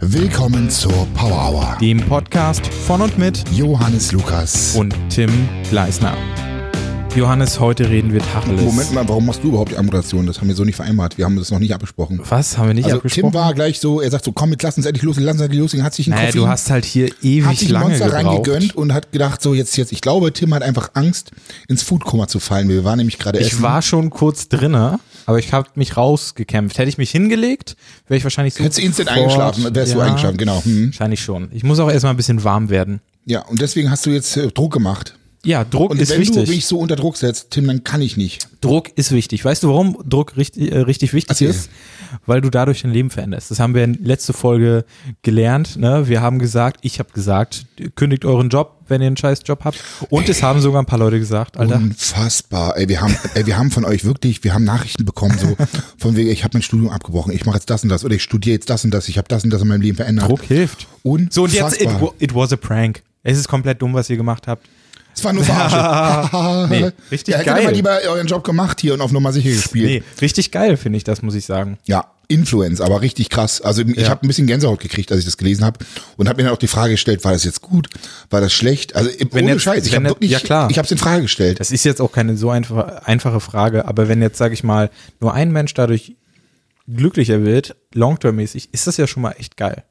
Willkommen zur Power Hour. dem Podcast von und mit Johannes Lukas. und Tim Gleisner. Johannes, heute reden wir Tacheles. Moment mal, warum machst du überhaupt die Amputation? Das haben wir so nicht vereinbart. Wir haben das noch nicht abgesprochen. Was? Haben wir nicht also abgesprochen? Tim war gleich so, er sagt so, komm, jetzt lass uns endlich los, lass uns endlich loslegen. Hat sich ein naja, Koffein, du hast halt hier hat ewig sich ein lange Monster gebraucht. reingegönnt und hat gedacht so, jetzt, jetzt, ich glaube, Tim hat einfach Angst, ins Foodkoma zu fallen. Wir waren nämlich gerade Ich essen. war schon kurz drinne, aber ich habe mich rausgekämpft. Hätte ich mich hingelegt, wäre ich wahrscheinlich so. Hättest du instant sofort- eingeschlafen, wärst du Ja, eingeschlafen, genau. Hm. Wahrscheinlich schon. Ich muss auch erstmal ein bisschen warm werden. Ja, und deswegen hast du jetzt äh, Druck gemacht. Ja, Druck Und ist wenn wichtig. du mich so unter Druck setzt, Tim, dann kann ich nicht. Druck ist wichtig. Weißt du, warum Druck richtig, äh, richtig wichtig Erzähl. ist? Weil du dadurch dein Leben veränderst. Das haben wir in letzte Folge gelernt. Ne? Wir haben gesagt, ich habe gesagt, kündigt euren Job, wenn ihr einen scheiß Job habt. Und es haben sogar ein paar Leute gesagt, Alter. Unfassbar. Ey, wir haben, ey, wir haben von euch wirklich, wir haben Nachrichten bekommen, so von wegen, ich habe mein Studium abgebrochen, ich mache jetzt das und das oder ich studiere jetzt das und das, ich habe das und das in meinem Leben verändert. Druck hilft. Unfassbar. So, und jetzt, it, wa- it was a prank. Es ist komplett dumm, was ihr gemacht habt. Es war nur Verarsche. Nee, richtig ja, hättet ihr geil. mal lieber euren Job gemacht hier und auf Nummer sicher gespielt. Nee, richtig geil, finde ich das, muss ich sagen. Ja, Influence, aber richtig krass. Also ich Ja. habe ein bisschen Gänsehaut gekriegt, als ich das gelesen habe und habe mir dann auch die Frage gestellt, war das jetzt gut, war das schlecht? Also Wenn ohne jetzt- Scheiß, ich wenn habe jetzt- wirklich, ja, klar. ich habe es in Frage gestellt. Das ist jetzt auch keine so einfache, einfache Frage, aber wenn jetzt, sage ich mal, nur ein Mensch dadurch glücklicher wird, long-term-mäßig, ist das ja schon mal echt geil.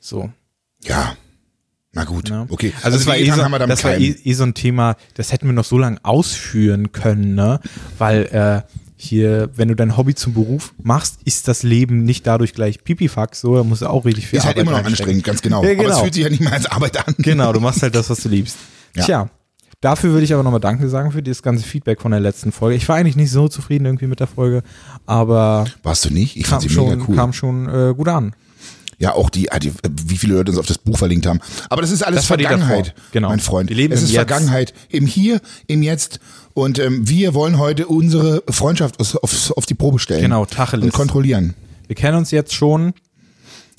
So. Ja. Na gut, Ja. okay. Also, das, war die eh, Eltern so, haben wir damit das war keinen. eh, eh so ein Thema, das hätten wir noch so lange ausführen können, ne? Weil äh, hier, wenn du dein Hobby zum Beruf machst, ist das Leben nicht dadurch gleich Pipifax, so, da musst du auch richtig viel Ist halt Arbeit immer noch reinstecken. anstrengend, ganz genau. Ja, Aber es genau. fühlt sich ja nicht mehr als Arbeit an. Genau, du machst halt das, was du liebst. Ja. Tja, dafür würde ich aber nochmal Danke sagen für das ganze Feedback von der letzten Folge. Ich war eigentlich nicht so zufrieden irgendwie mit der Folge, aber Warst du nicht? Ich kam fand sie mega schon, cool. kam schon äh, gut an. Ja, auch die, ah, die, wie viele Leute uns auf das Buch verlinkt haben. Aber das ist alles Das war die Vergangenheit, davor. Genau. mein Freund. Wir leben es im ist Jetzt. Vergangenheit, im Hier, im Jetzt. Und ähm, wir wollen heute unsere Freundschaft aus- auf, auf die Probe stellen. Genau, Tacheles. Und kontrollieren. Wir kennen uns jetzt schon,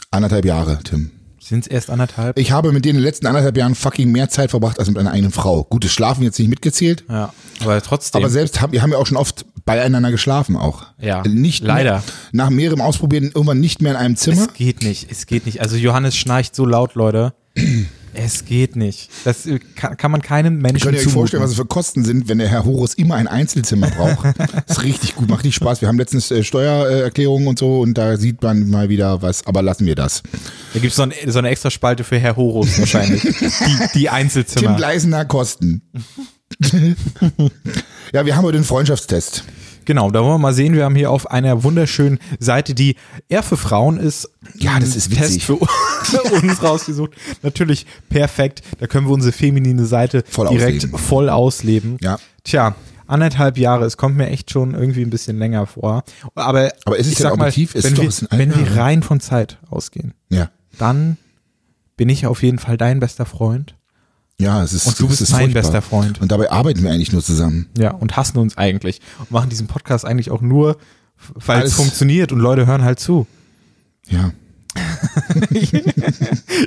Anderthalb Jahre, Tim. sind es erst anderthalb. Ich habe mit denen in den letzten anderthalb Jahren fucking mehr Zeit verbracht als mit einer eigenen Frau. Gutes Schlafen jetzt nicht mitgezählt. ja, aber trotzdem. Aber selbst haben, wir haben ja auch schon oft beieinander geschlafen auch. Ja, Nicht leider. Nach mehrerem Ausprobieren irgendwann nicht mehr in einem Zimmer. es geht nicht, es geht nicht. Also Johannes schnarcht so laut, Leute. Es geht nicht. Das äh, kann, kann man keinem Menschen Könnt ihr euch zumuten. vorstellen, was es für Kosten sind, wenn der Herr Horus immer ein Einzelzimmer braucht? Das ist richtig gut, macht richtig Spaß. Wir haben letztens äh, Steuererklärungen und so und da sieht man mal wieder was, aber lassen wir das. Da gibt so es so eine extra Spalte für Herr Horus wahrscheinlich. die, die Tim Einzelzimmer. Gleisner Kosten. ja, wir haben heute einen Freundschaftstest. Genau, da wollen wir mal sehen. Wir haben hier auf einer wunderschönen Seite, die eher für Frauen ist. Ja, das ist einen Test witzig. für, für uns rausgesucht. Natürlich perfekt. Da können wir unsere feminine Seite Voll direkt ausleben. voll ausleben. Ja. Tja, anderthalb Jahre. Es kommt mir echt schon irgendwie ein bisschen länger vor. Aber, Aber ist es ich denn sag mal, objektiv? Ist wenn, doch, wir, es sind wenn eineinhalb wir rein von Zeit ausgehen, Ja. dann bin ich auf jeden Fall dein bester Freund. Ja, es ist Und du es bist ist mein furchtbar. bester Freund. Und dabei arbeiten wir eigentlich nur zusammen. Ja, und hassen uns eigentlich. Und machen diesen Podcast eigentlich auch nur, weil es Alles- funktioniert und Leute hören halt zu. Ja.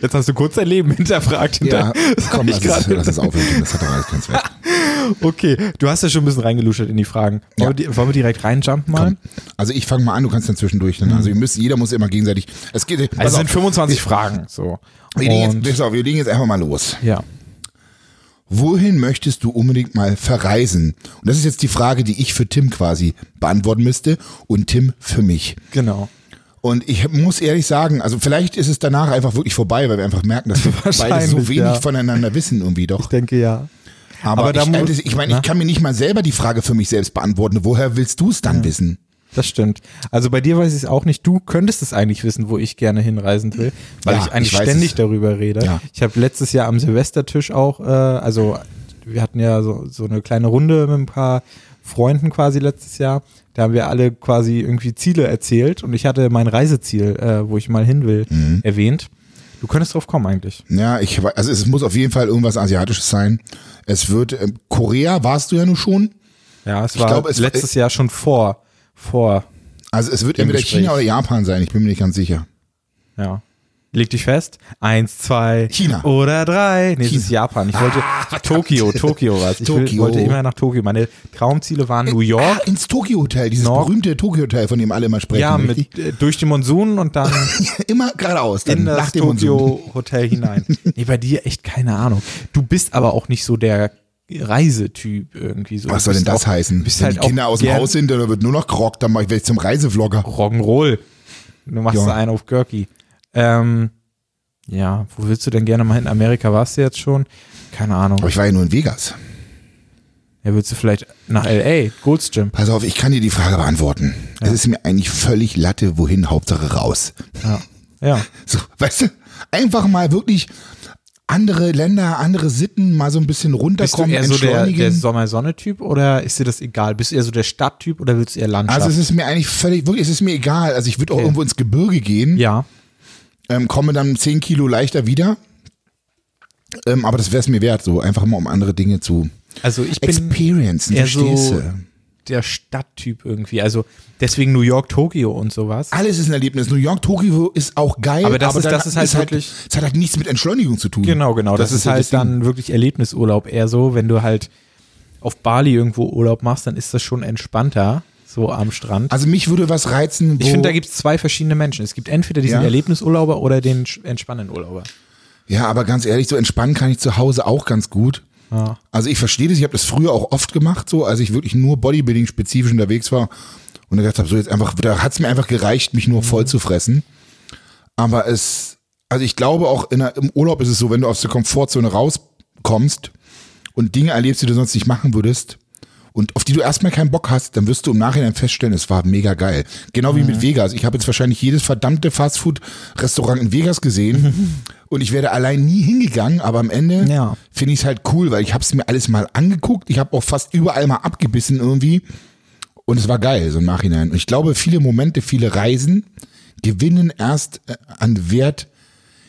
Jetzt hast du kurz dein Leben hinterfragt. Ja, Hinter komm, ich lass es, gerade- lass es aufhören. Das hat doch alles keinen Zweck. Okay, du hast ja schon ein bisschen reingeluschert in die Fragen. Wollen, wir, di- wollen wir direkt reinjumpen mal? Also ich fange mal an, du kannst dann zwischendurch. Dann. Also ihr müsst, jeder muss immer gegenseitig. Es geht. Also pass es sind auf, 25 Fragen. So. wir, legen jetzt, Und, pass auf, wir legen jetzt einfach mal los. ja. Wohin möchtest du unbedingt mal verreisen? Und das ist jetzt die Frage, die ich für Tim quasi beantworten müsste und Tim für mich. Genau. Und ich muss ehrlich sagen, also vielleicht ist es danach einfach wirklich vorbei, weil wir einfach merken, dass wir beide so Wahrscheinlich, wenig ja. voneinander wissen irgendwie doch. Ich denke ja. Aber, aber da ich, muss- ich, ich meine, ich Na? kann mir nicht mal selber die Frage für mich selbst beantworten. Woher willst du es dann wissen? Das stimmt. Also bei dir weiß ich es auch nicht. Du könntest es eigentlich wissen, wo ich gerne hinreisen will, weil Ja, ich eigentlich ich weiß ständig es. darüber rede. Ja. Ich habe letztes Jahr am Silvestertisch auch, äh, also wir hatten ja so, so eine kleine Runde mit ein paar Freunden quasi letztes Jahr. Da haben wir alle quasi irgendwie Ziele erzählt und ich hatte mein Reiseziel, äh, wo ich mal hin will, Mhm. erwähnt. Du könntest drauf kommen eigentlich. Ja, ich wei- also es muss auf jeden Fall irgendwas Asiatisches sein. Es wird ähm, Korea warst du ja nun schon. Ja, es Ich war glaube, es- letztes Jahr schon vor, vor, Also es wird Im entweder Gespräch. China oder Japan sein. Ich bin mir nicht ganz sicher. ja. leg dich fest, eins, zwei China. oder drei. Nee, es China. Ah, ist Japan. Ich wollte Tokio, Tokio was. Ich will, Tokio. wollte immer nach Tokio. Meine Traumziele waren New York. Ah, ins Tokio Hotel, dieses Nord- berühmte Tokio Hotel, von dem alle immer sprechen. Ja, richtig? mit, äh, durch den Monsun und dann immer geradeaus, dann in nach das dem Monsun. Tokio-Hotel hinein. Nee, bei dir echt keine Ahnung. Du bist aber auch nicht so der Reisetyp irgendwie so. Was Du soll denn bist das auch, heißen? Bist Wenn halt die Kinder auch aus dem gern Haus sind, dann wird nur noch gerockt, dann mach ich- werde ich zum Reisevlogger. Rock'n'Roll. Du machst Ja. da einen auf Gurky. Ähm, ja, wo willst du denn gerne mal hin? Amerika warst du jetzt schon? Keine Ahnung. Aber ich war ja nur in Vegas. Ja, willst du vielleicht nach L.A., Gold's Gym? Pass auf, ich kann dir die Frage beantworten. Es ist mir eigentlich völlig Latte, wohin, Hauptsache raus. Ja. ja. So, weißt du, einfach mal wirklich andere Länder, andere Sitten mal so ein bisschen Bist du runterkommen, eher so der, entschleunigen. der Sommer-Sonne-Typ oder ist dir das egal? Bist du eher so der Stadttyp oder willst du eher Landschaft? also es ist mir eigentlich völlig, wirklich, es ist mir egal. Also ich würde auch Okay. irgendwo ins Gebirge gehen, ja, ähm, komme dann 10 Kilo leichter wieder. Ähm, aber das wäre es mir wert, so einfach mal um andere Dinge zu also ich bin experiencen, eher verstehst so du? der Stadttyp irgendwie. Also deswegen New York, Tokio und sowas. Alles ist ein Erlebnis. New York, Tokio ist auch geil. Aber das ist- dann das ist halt wirklich- Es hat halt nichts mit Entschleunigung zu tun. Genau, genau. Das, ist, so halt das Ding. dann wirklich Erlebnisurlaub eher so, wenn du halt auf Bali irgendwo Urlaub machst, dann ist das schon entspannter, so am Strand. Also mich würde was reizen, wo, ich finde, da gibt es zwei verschiedene Menschen. Es gibt entweder diesen Ja. Erlebnisurlauber oder den sch- entspannenden Urlauber. Ja, aber ganz ehrlich, so entspannen kann ich zu Hause auch ganz gut. Ja. Also ich verstehe das, ich habe das früher auch oft gemacht, so als ich wirklich nur Bodybuilding spezifisch unterwegs war und dann gedacht habe, so jetzt einfach, da hat's mir einfach gereicht, mich nur voll zu fressen. Aber es, also ich glaube auch in der, im Urlaub ist es so, wenn du aus der Komfortzone rauskommst und Dinge erlebst, die du sonst nicht machen würdest und auf die du erstmal keinen Bock hast, dann wirst du im Nachhinein feststellen, es war mega geil. Genau wie mit Vegas. Ich habe jetzt wahrscheinlich jedes verdammte Fastfood-Restaurant in Vegas gesehen und ich wäre allein nie hingegangen, aber am Ende Ja. finde ich es halt cool, weil ich habe es mir alles mal angeguckt. Ich habe auch fast überall mal abgebissen irgendwie und es war geil, so im Nachhinein. Und ich glaube, viele Momente, viele Reisen gewinnen erst äh, an Wert,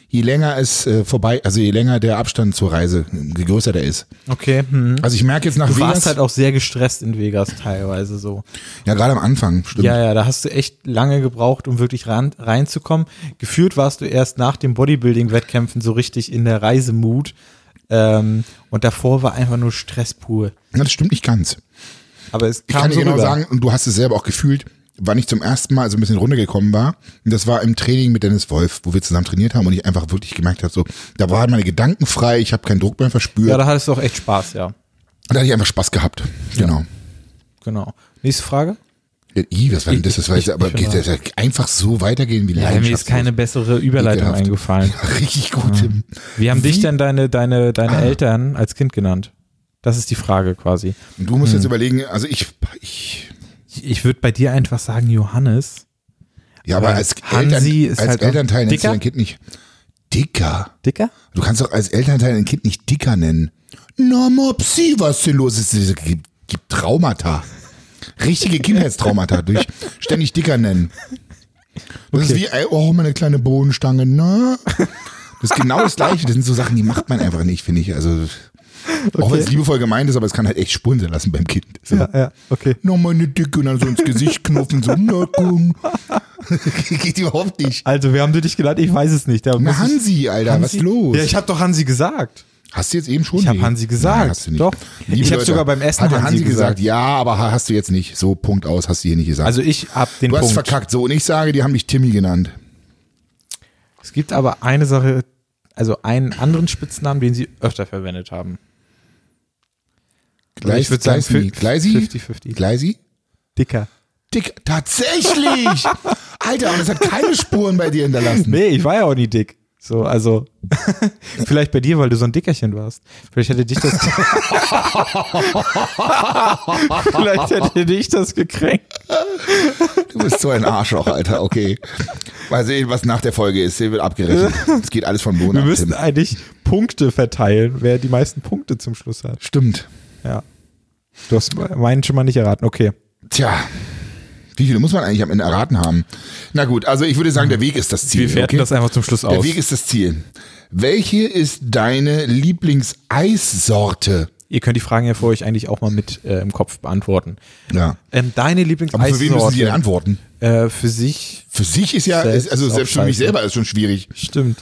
je länger es äh, vorbei, also je länger der Abstand zur Reise, je größer der ist. Okay. Hm. Also ich merke jetzt nach Du warst Vegas, halt auch sehr gestresst in Vegas teilweise so. ja gerade am Anfang, stimmt. Ja, ja, da hast du echt lange gebraucht, um wirklich ran, reinzukommen. Gefühlt warst du erst nach dem Bodybuilding-Wettkämpfen so richtig in der Reisemut. Ähm, und davor war einfach nur Stress pur. Na, das stimmt nicht ganz. Aber es Ich kam kann dir so genau rüber. sagen, und du hast es selber auch gefühlt, wann ich zum ersten Mal so ein bisschen runtergekommen war. Und das war im Training mit Dennis Wolf, wo wir zusammen trainiert haben und ich einfach wirklich gemerkt habe, so, da waren meine Gedanken frei, ich habe keinen Druck mehr verspürt. Ja, da, da hattest du auch echt Spaß, ja. da hatte ich einfach Spaß gehabt. Genau. Genau. Nächste Frage? Ja, I, was war denn das? Das war Ich- jetzt aber ich bin geht das ja einfach so weitergehen wie Ja, mir ist leidenschaftslos. keine bessere Überleitung Ekelhaft. eingefallen. Richtig gut. Tim. Wie Ah. haben dich Wie- denn deine, deine, deine Eltern als Kind genannt? Das ist die Frage quasi. Und du musst Hm. jetzt überlegen, also ich, ich Ich, ich würde bei dir einfach sagen, Johannes. ja, aber Aber als, Hansi Eltern, ist als halt auch Elternteil nennst dicker? du dein Kind nicht dicker. Dicker? Du kannst doch als Elternteil dein Kind nicht dicker nennen. Na, Mopsi, was denn los ist? Es gibt, gibt Traumata. Richtige Kindheitstraumata durch ständig dicker nennen. Das ist wie, ey, oh, meine kleine Bodenstange, ne? Das ist genau das Gleiche. Das sind so Sachen, die macht man einfach nicht, finde ich. Also, auch wenn es liebevoll gemeint ist, aber es kann halt echt Spuren hinterlassen beim Kind. So, Ja, ja, okay. noch mal eine Dicke und dann so ins Gesicht knopfen, so, na komm. Geht überhaupt nicht. Also, wie haben sie dich genannt? Ich weiß es nicht. Da Na, muss ich- Hansi, Alter, was Hansi? ist los? Ja, ich habe doch Hansi gesagt. Hast du jetzt eben schon? Ich hab Nee. Hansi gesagt. Nein, hast du nicht. Doch. Ich hab Leute, sogar beim Essen hat der Hansi Hansi gesagt. gesagt. Ja, aber ha- hast du jetzt nicht. So, Punkt aus, hast du hier nicht gesagt. Also ich hab den du hast Punkt. Also, verkackt. So, und ich sage, die haben mich Timmy genannt. Es gibt aber eine Sache, also einen anderen Spitznamen, den sie öfter verwendet haben. Gleis, ich würd sagen, Gleisny. fif- Gleisi? 50-50. Gleisi? Dicker. Dick, tatsächlich! Alter, und es hat keine Spuren bei dir hinterlassen. Nee, ich war ja auch nie dick. So, also vielleicht bei dir, weil du so ein Dickerchen warst. Vielleicht hätte dich das Vielleicht hätte dich das gekränkt. Du bist so ein Arschloch, Alter, okay. Mal sehen, was nach der Folge ist. Hier wird abgerechnet. Es geht alles vom Lohn Wir ab, müssen Tim. eigentlich Punkte verteilen, wer die meisten Punkte zum Schluss hat. Stimmt. Ja. Du hast meinen schon mal nicht erraten. Okay. Tja. Wie viele muss man eigentlich am Ende erraten haben? Na gut, also ich würde sagen, der Weg ist das Ziel. Wir werten okay? das einfach zum Schluss Der aus. Weg ist das Ziel. Welche ist deine Lieblingseissorte? ihr könnt die Fragen ja vor euch eigentlich auch mal mit äh, im Kopf beantworten. Ja. Ähm, deine Lieblings Aber für wen müssen sie denn antworten? äh, für sich Für sich ist ja, Selbst ist, also ist auch selbst für mich scheiße. selber ist schon schwierig. stimmt.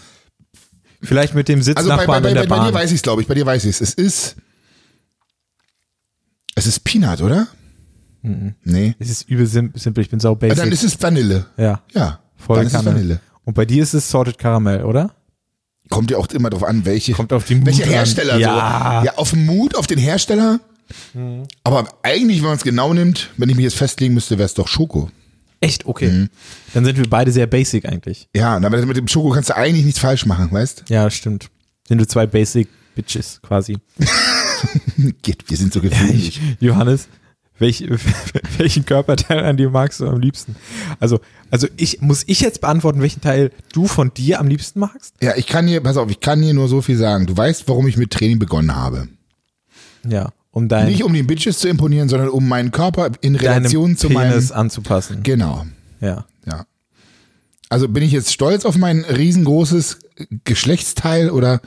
Vielleicht mit dem Also bei, bei, Sitznachbarn bei, in bei, der bei dir Bahn. weiß ich es, glaube ich. Bei dir weiß ich es. Es ist. Es ist Peanut, oder? Nee. Es ist übel sim simpel, ich bin sau Mhm. basic. Dann ist es Vanille. ja, Ja. voll dann ist es Kanne. Vanille. Und bei dir ist es Sorted Caramel, oder? Kommt ja auch immer drauf an, welche, Kommt auf den welche Mut an. Hersteller Ja. so. Ja, auf den Mut, auf den Hersteller. Aber eigentlich, wenn man es genau nimmt, wenn ich mich jetzt festlegen müsste, wäre es doch Schoko. Echt? Okay. Mhm. Dann sind wir beide sehr basic eigentlich. Ja, und aber mit dem Schoko kannst du eigentlich nichts falsch machen, weißt? Ja, stimmt. Sind wir zwei basic Bitches quasi. Geht, wir sind so gefühlig. Johannes, welch, welchen Körperteil an dir magst du am liebsten? Also, also ich muss ich jetzt beantworten, welchen Teil du von dir am liebsten magst? Ja, ich kann hier, pass auf, ich kann hier nur so viel sagen. Du weißt, warum ich mit Training begonnen habe. Ja, um dein, Nicht um den Bitches zu imponieren, sondern um meinen Körper in deinem Relation zu Penis meinem. anzupassen. Genau, Ja. ja. Also bin ich jetzt stolz auf mein riesengroßes Geschlechtsteil oder?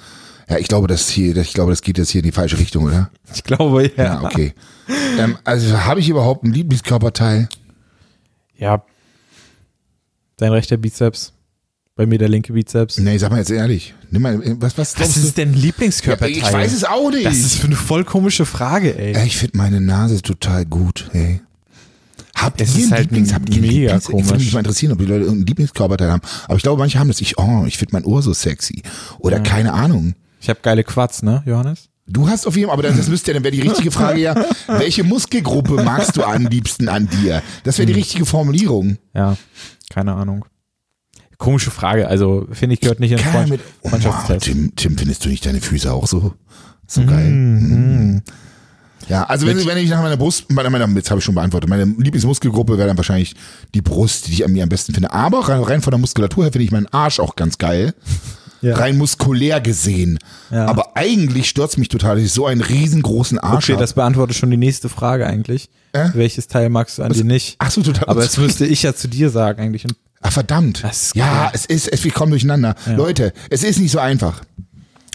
Ja, ich glaube, das hier, ich glaube, das geht jetzt hier in die falsche Richtung, oder? Ich glaube, ja. Ja, okay. ähm, also habe ich überhaupt ein Lieblingskörperteil? Ja. Dein rechter Bizeps. Bei mir der linke Bizeps. Nee, sag mal jetzt ehrlich. Nimm mal, äh, was, was Was glaubst ist denn du? Ja, Lieblingskörperteil? ich weiß es auch nicht. Das ist für eine voll komische Frage, ey. Ey, Äh, Ich finde meine Nase total gut, ey. Habt Es ihr ist ein halt Lieblings, habt ihr ein mega Lieblings, Ich würde komisch. mich mal interessieren, ob die Leute irgendeinen Lieblingskörperteil haben. Aber ich glaube, manche haben das. Ich, oh, ich finde mein Ohr so sexy. Oder keine Ahnung. Ich habe geile Quats, ne, Johannes? Du hast auf jeden Fall, aber das, das müsste ja, dann wäre die richtige Frage ja, welche Muskelgruppe magst du am liebsten an dir? Das wäre die richtige Formulierung. Ja, keine Ahnung. Komische Frage, also finde ich gehört nicht in den Keiner Freund mit, oh, wow, Mannschaftstest. Tim, Tim, findest du nicht deine Füße auch so, so geil? Mm. Mhm. Ja, also wenn, wenn ich nach meiner Brust, meiner, meiner, jetzt habe ich schon beantwortet, meine Lieblingsmuskelgruppe wäre dann wahrscheinlich die Brust, die ich an mir am besten finde. Aber rein, rein von der Muskulatur her finde ich meinen Arsch auch ganz geil. Ja. Rein muskulär gesehen. Ja. Aber eigentlich stört mich total, dass ich so einen riesengroßen Arsch Okay, habe. das beantwortet schon die nächste Frage eigentlich. Welches Teil magst du an dir nicht? Ach so, total. Aber das müsste ich ja zu dir sagen eigentlich. Und Ach, verdammt. Das ist ja, geil. es ist, es, wir kommen durcheinander. Leute, es ist nicht so einfach.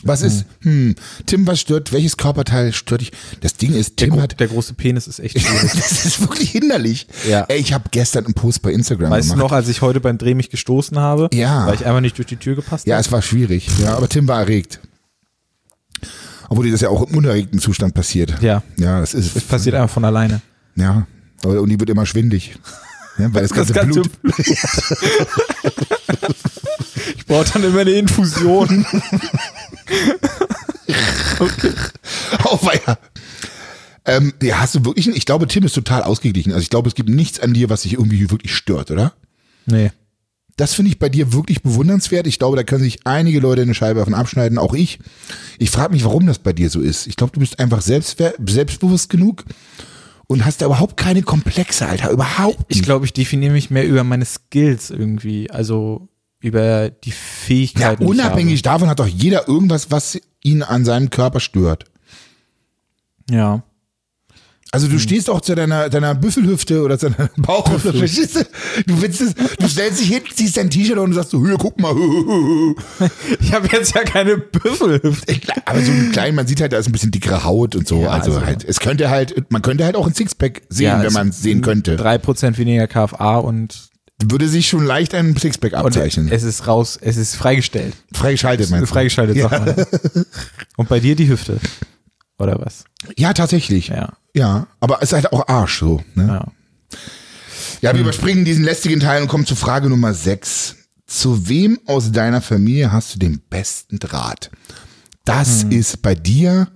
Was ist, Mhm. hm, Tim, was stört, welches Körperteil stört dich? Das Ding ist, der, Tim gro- hat, der große Penis ist echt schwierig. das ist wirklich hinderlich. Ja. Ey, ich habe gestern einen Post bei Instagram Weißt du gemacht. noch, als ich heute beim Dreh mich gestoßen habe? Ja. Weil ich einmal nicht durch die Tür gepasst Ja, habe? es war schwierig. Ja, aber Tim war erregt. Obwohl dir das ja auch im unerregten Zustand passiert. Ja. Ja, das ist, Es passiert einfach von alleine. ja. Und die wird immer schwindig. Ja, weil das ganze, Blut, ich brauche dann immer eine Infusion. Auweia. Ähm, ja, hast du wirklich, ich glaube, Tim ist total ausgeglichen. Also ich glaube, es gibt nichts an dir, was dich irgendwie wirklich stört, oder? Nee. Das finde ich bei dir wirklich bewundernswert. Ich glaube, da können sich einige Leute eine Scheibe davon abschneiden, auch ich. Ich frage mich, warum das bei dir so ist. Ich glaube, du bist einfach selbstwer- selbstbewusst genug und hast da überhaupt keine Komplexe, Alter. Überhaupt Ich nicht. glaube, ich definiere mich mehr über meine Skills irgendwie, also über die Ja, Fähigkeiten. die ich unabhängig davon hat doch jeder irgendwas, was ihn an seinem Körper stört. habe. Ja. Also du stehst auch zu deiner, deiner Büffelhüfte oder zu deiner Bauchhüfte. Verstehst du? Du, willst es, du stellst dich hin, ziehst dein T-Shirt und sagst so, hier, guck mal. Ich habe jetzt ja keine Büffelhüfte. Aber so einen kleinen, man sieht halt, da ist ein bisschen dickere Haut und so. Ja, also, also- halt, es könnte halt, man könnte halt auch ein Sixpack sehen, wenn man es sehen könnte. Drei Prozent weniger KFA und, Würde sich schon leicht ein Sixpack und abzeichnen. es ist raus, es ist freigestellt. Freigeschaltet, meinst du? Freigeschaltet, sagt man. ja. Und bei dir die Hüfte. Oder was? Ja, tatsächlich. Ja. Ja. aber es ist halt auch Arsch so. Ne? ja. Ja, Hm. wir überspringen diesen lästigen Teil und kommen zu Frage Nummer 6. Zu wem aus deiner Familie hast du den besten Draht? Das Hm. ist bei dir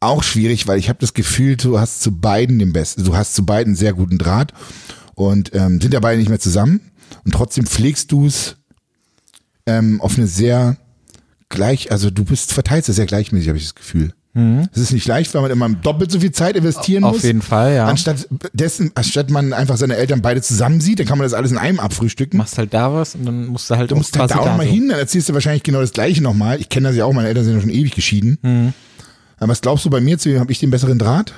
auch schwierig, weil ich habe das Gefühl, du hast zu beiden den besten, du hast zu beiden sehr guten Draht und ähm, sind ja beide nicht mehr zusammen und trotzdem pflegst du es ähm, auf eine sehr gleich, also du bist verteilst es sehr gleichmäßig, habe ich das Gefühl. Es ist nicht leicht, weil man immer doppelt so viel Zeit investieren muss. Hm. Auf jeden Fall, ja. Anstatt dessen, anstatt man einfach seine Eltern beide zusammen sieht, dann kann man das alles in einem abfrühstücken. Machst halt da was und dann musst du halt Du musst halt da auch nochmal hin, dann erzählst du wahrscheinlich genau das gleiche nochmal. Ich kenne das ja auch, meine Eltern sind ja schon ewig geschieden. Mhm. Aber was glaubst du bei mir, zu wem habe ich den besseren Draht?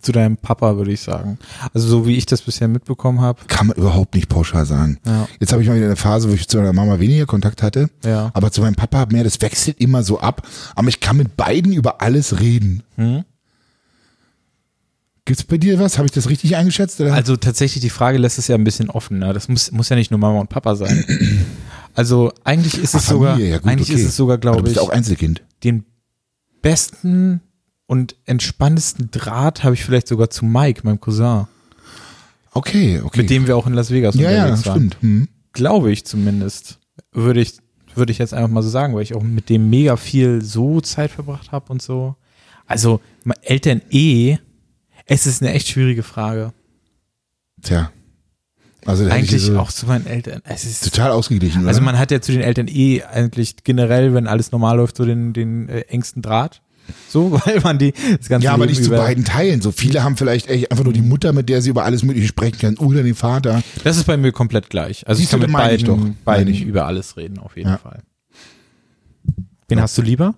Zu deinem Papa, würde ich sagen. Also so wie ich das bisher mitbekommen habe. Kann man überhaupt nicht pauschal sagen. Ja. Jetzt habe ich mal wieder eine Phase, wo ich zu meiner Mama weniger Kontakt hatte. Ja. Mhm. Aber zu meinem Papa mehr, das wechselt immer so ab. Aber ich kann mit beiden über alles reden. Gibt's bei dir was? Habe ich das richtig eingeschätzt? Oder? Also tatsächlich, die Frage lässt es ja ein bisschen offen. Ne? Das muss, muss ja nicht nur Mama und Papa sein. Also eigentlich ist Ach, es sogar, Familie, ja gut, eigentlich okay. ist es sogar, Aber du glaube bist ich, auch Einzelkind. den besten und entspanntesten Draht habe ich vielleicht sogar zu Mike, meinem Cousin, Okay, okay. mit dem wir auch in Las Vegas ja, ja, unterwegs waren. stimmt. Hm. Glaube ich zumindest. Würde ich, würde ich jetzt einfach mal so sagen, weil ich auch mit dem mega viel so Zeit verbracht habe und so. Also ma- Eltern eh, es ist eine echt schwierige Frage. Tja. Also da hätte ich Eigentlich so auch zu meinen Eltern. Es ist Total ausgeglichen, oder? Also man hat ja zu den Eltern eh eigentlich generell, wenn alles normal läuft, so den, den äh, engsten Draht. So, weil man die das ganze ja, aber Leben nicht zu über, beiden Teilen. So viele haben vielleicht echt einfach nur die Mutter, mit der sie über alles Mögliche sprechen kann, oder den Vater. Das ist bei mir komplett gleich. Also ich Siehst kann du, mit da meine beiden, ich doch. beiden Meine ich. über alles reden, auf jeden Ja. Fall. Wen hast du lieber?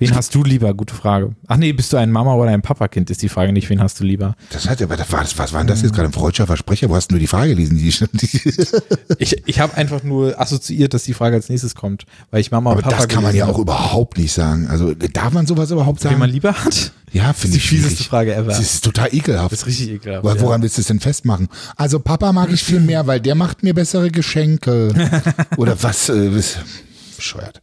Wen hast du lieber? Gute Frage. Ach nee, bist du ein Mama oder ein Papakind? Ist die Frage nicht, wen hast du lieber? Das hat aber, das war, das, was war denn das Mhm. jetzt gerade ein freudscher Versprecher? Wo hast du nur die Frage gelesen? Die, die, Ich, ich habe einfach nur assoziiert, dass die Frage als nächstes kommt, weil ich Mama aber und Papa das kann man ja gelesen auch überhaupt nicht sagen. Also darf man sowas überhaupt hab. Wen sagen? man lieber hat? ja, finde die ich schwierig. fieseste Frage ever. Das ist total ekelhaft. Das ist richtig ekelhaft. Weil ja. woran willst du es denn festmachen? Also Papa mag ich viel mehr, weil der macht mir bessere Geschenke. Oder was? Äh, was- bescheuert.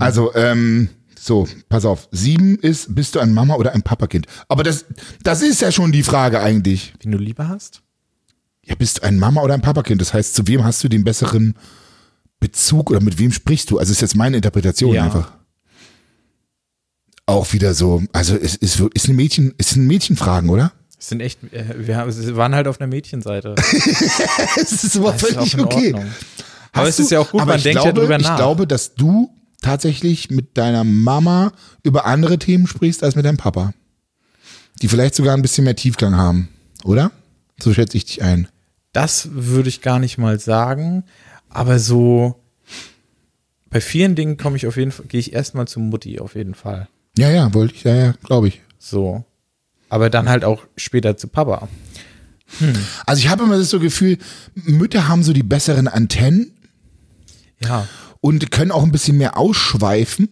Also, ähm, so, pass auf. Sieben ist, bist du ein Mama oder ein Papakind? Aber das, das ist ja schon die Frage eigentlich. Wen du lieber hast? Ja, bist du ein Mama oder ein Papakind? Das heißt, zu wem hast du den besseren Bezug oder mit wem sprichst du? Also ist jetzt meine Interpretation Ja. einfach. Auch wieder so, also es ist, ist, ist ein Mädchen, ist ein Mädchenfragen, oder? Es sind echt, äh, wir haben, es waren halt auf einer Mädchenseite. Es ist aber Das ist völlig auch in okay. Ordnung. Aber Hast es ist du- ja auch gut, aber man ich denkt ja glaube, drüber Ich nach. glaube, dass du tatsächlich mit deiner Mama über andere Themen sprichst als mit deinem Papa. Die vielleicht sogar ein bisschen mehr Tiefgang haben, oder? So schätze ich dich ein. Das würde ich gar nicht mal sagen, aber so bei vielen Dingen komme ich auf jeden Fall, gehe ich erstmal zu Mutti auf jeden Fall. Ja, ja, wollte ich, ja, ja, glaube ich. So. Aber dann halt auch später zu Papa. Also ich habe immer das so Gefühl, Mütter haben so die besseren Antennen Ja. und können auch ein bisschen mehr ausschweifen.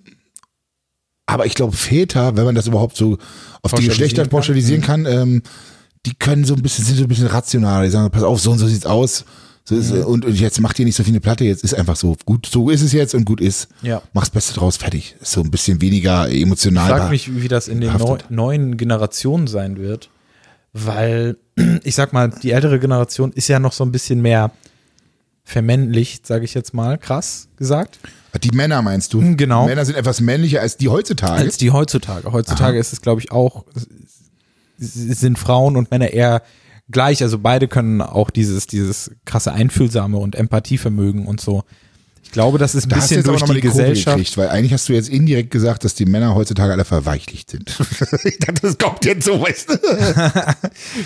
Aber ich glaube, Väter, wenn man das überhaupt so auf die Pauschalisieren Geschlechter kann. Mhm. pauschalisieren kann, ähm, die können so ein bisschen, sind so ein bisschen rationaler. Die sagen, pass auf, so und so sieht's aus. So ist, Mhm. und, und jetzt macht ihr nicht so viel eine Platte, jetzt ist einfach so. Gut, so ist es jetzt und gut ist. Ja. Mach's Beste draus, fertig. Ist so ein bisschen weniger emotional. Frag war. mich, wie das in den neu, behaftet. neuen Generationen sein wird, weil ich sag mal, die ältere Generation ist ja noch so ein bisschen mehr vermännlicht, sage ich jetzt mal, krass gesagt. Die Männer meinst du? Mhm, genau. Männer sind etwas männlicher als die heutzutage. als die heutzutage. Heutzutage ist es, glaube ich, auch, s- sind Frauen und Männer eher gleich. Also beide können auch dieses, dieses krasse Einfühlsame und Empathievermögen und so. Ich glaube, das ist ein da hast du bisschen jetzt aber durch nochmal die die Kurve Gesellschaft. gekriegt, weil eigentlich hast du jetzt indirekt gesagt, dass die Männer heutzutage alle verweichlicht sind. ich dachte, das kommt jetzt so, weißt du?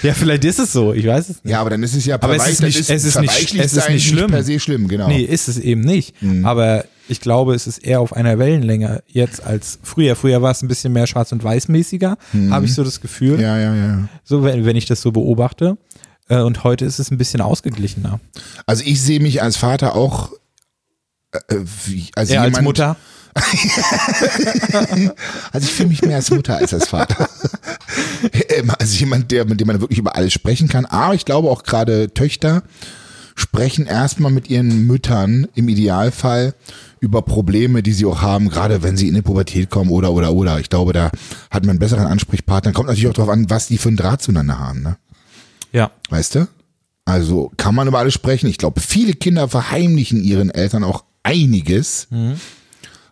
Ja, vielleicht ist es so. Ich weiß es nicht. Ja, aber dann ist es ja Aber es ist verweichlicht- nicht- es ist nicht- verweichlicht es ist sein nicht schlimm. per se schlimm, genau. Mhm. Nee, ist es eben nicht. Aber ich glaube, es ist eher auf einer Wellenlänge jetzt als früher. Früher war es ein bisschen mehr schwarz- und weiß-mäßiger, habe ich so das Gefühl. Mhm. Ja, ja, ja. So, wenn, wenn ich das so beobachte. Äh, Und heute ist es ein bisschen ausgeglichener. Also ich sehe mich als Vater auch äh, wie, als, Eher jemand, als Mutter. Also ich fühle mich mehr als Mutter als als Vater. Ähm, also jemand, der, mit dem man wirklich über alles sprechen kann. Aber ich glaube auch gerade Töchter sprechen erstmal mit ihren Müttern im Idealfall über Probleme, die sie auch haben, gerade wenn sie in die Pubertät kommen oder oder oder. Ich glaube, da hat man einen besseren Ansprechpartner. Kommt natürlich auch darauf an, was die für einen Draht zueinander haben. Ne? Ja. Weißt du? Also kann man über alles sprechen. Ich glaube, viele Kinder verheimlichen ihren Eltern auch einiges.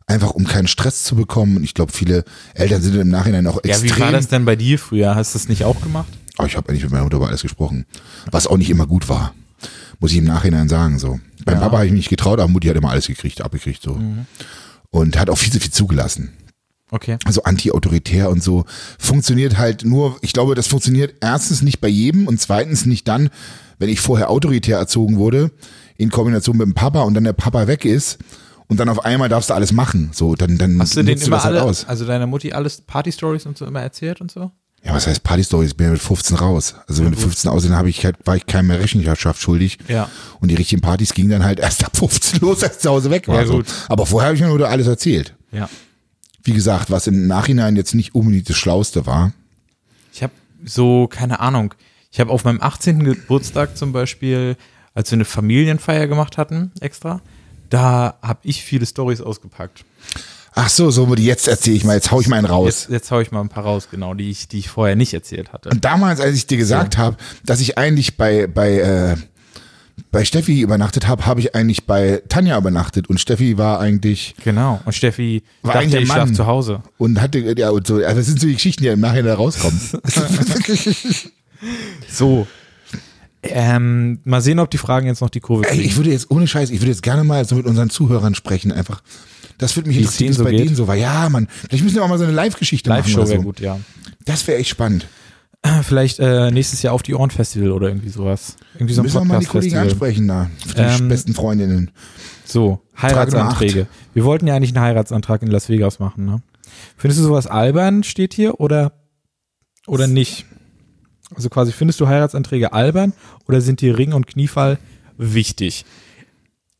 Einfach um keinen Stress zu bekommen. Und ich glaube, viele Eltern sind im Nachhinein auch Ja, extrem. wie war das denn bei dir früher? Hast du das nicht auch gemacht? Aber ich habe eigentlich mit meiner Mutter über alles gesprochen. Was auch nicht immer gut war. Muss ich im Nachhinein sagen. so. Beim Papa habe ich mich nicht getraut, aber Mutti hat immer alles gekriegt, abgekriegt. so Mhm. Und hat auch viel zu viel zugelassen. Okay. also anti-autoritär und so, funktioniert halt nur, ich glaube, das funktioniert erstens nicht bei jedem und zweitens nicht dann, wenn ich vorher autoritär erzogen wurde, in Kombination mit dem Papa und dann der Papa weg ist und dann auf einmal darfst du alles machen. So, dann, dann Hast du den nutzt immer das halt alle, aus. also deiner Mutti alles Party-Stories und so immer erzählt und so? Ja, was heißt Party-Stories? Ich bin ja mit 15 raus. Also mit 15 aussehen habe ich halt, war ich keinem mehr Rechenschaft schuldig. Ja. Und die richtigen Partys gingen dann halt erst ab 15 los, als ich zu Hause weg war. Ja, gut. So. Aber vorher habe ich mir nur alles erzählt. Ja. Wie gesagt, was im Nachhinein jetzt nicht unbedingt das Schlauste war. Ich habe so, keine Ahnung. Ich habe auf meinem 18. Geburtstag zum Beispiel, als wir eine Familienfeier gemacht hatten, extra, da habe ich viele Stories ausgepackt. Ach so, so wurde jetzt erzähle ich mal, jetzt hau ich mal einen raus. Jetzt, jetzt hau ich mal ein paar raus, genau, die ich, die ich vorher nicht erzählt hatte. Und damals, als ich dir gesagt habe, dass ich eigentlich bei, bei, äh, bei Steffi übernachtet habe, habe ich eigentlich bei Tanja übernachtet und Steffi war eigentlich Genau. Und Steffi War dachte, eigentlich ein ich schlaf Mann. zu Hause. und hatte, ja, und so, also das sind so die Geschichten, die im Nachhinein rauskommen. So. Ähm, mal sehen, ob die Fragen jetzt noch die Kurve Ey, kriegen. ich würde jetzt ohne Scheiß, ich würde jetzt gerne mal so mit unseren Zuhörern sprechen, einfach. Das würde mich Wie's interessieren, wie denen es so bei geht. denen so war. Ja, Mann, vielleicht müssen wir auch mal so eine Live-Geschichte machen. Live-Show Oder wäre so. gut, ja. Das wäre echt spannend. Vielleicht äh, nächstes Jahr auf die Ohren-Festival oder irgendwie sowas. Irgendwie so ein Müssen wir mal die Kollegen Podcast-Festival. ansprechen da, die Ähm, besten Freundinnen. So, Heiratsanträge. Wir wollten ja eigentlich einen Heiratsantrag in Las Vegas machen, ne? Findest du sowas albern, steht hier, oder, oder nicht? Also quasi, findest du Heiratsanträge albern oder sind dir Ring und Kniefall wichtig?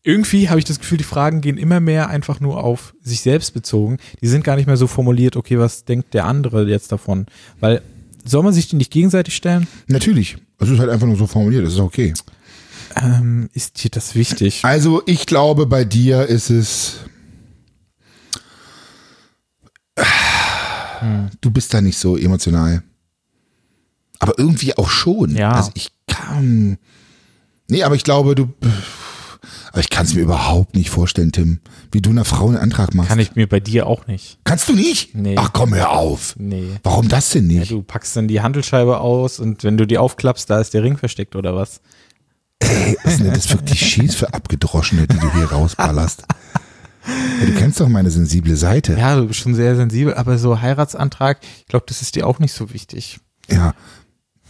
Irgendwie habe ich das Gefühl, die Fragen gehen immer mehr einfach nur auf sich selbst bezogen. Die sind gar nicht mehr so formuliert, okay, was denkt der andere jetzt davon? Weil, soll man sich die nicht gegenseitig stellen? Natürlich. Es ist halt einfach nur so formuliert, das ist okay. Ähm, ist dir das wichtig? Also ich glaube, bei dir ist es. Du bist da nicht so emotional. Aber irgendwie auch schon. Ja. Also ich kann. Nee, aber ich glaube, du. Aber ich kann es mir überhaupt nicht vorstellen, Tim, wie du einer Frau einen Antrag machst. Kann ich mir bei dir auch nicht. Kannst du nicht? Nee. Ach komm, hör auf. Nee. Warum das denn Ja, nicht? du packst dann die Handelscheibe aus und wenn du die aufklappst, da ist der Ring versteckt oder was? Was sind denn das für Klischees für Abgedroschene, die du hier rausballerst? Ja, du kennst doch meine sensible Seite. Ja, du bist schon sehr sensibel, aber so Heiratsantrag, ich glaube, das ist dir auch nicht so wichtig. Ja.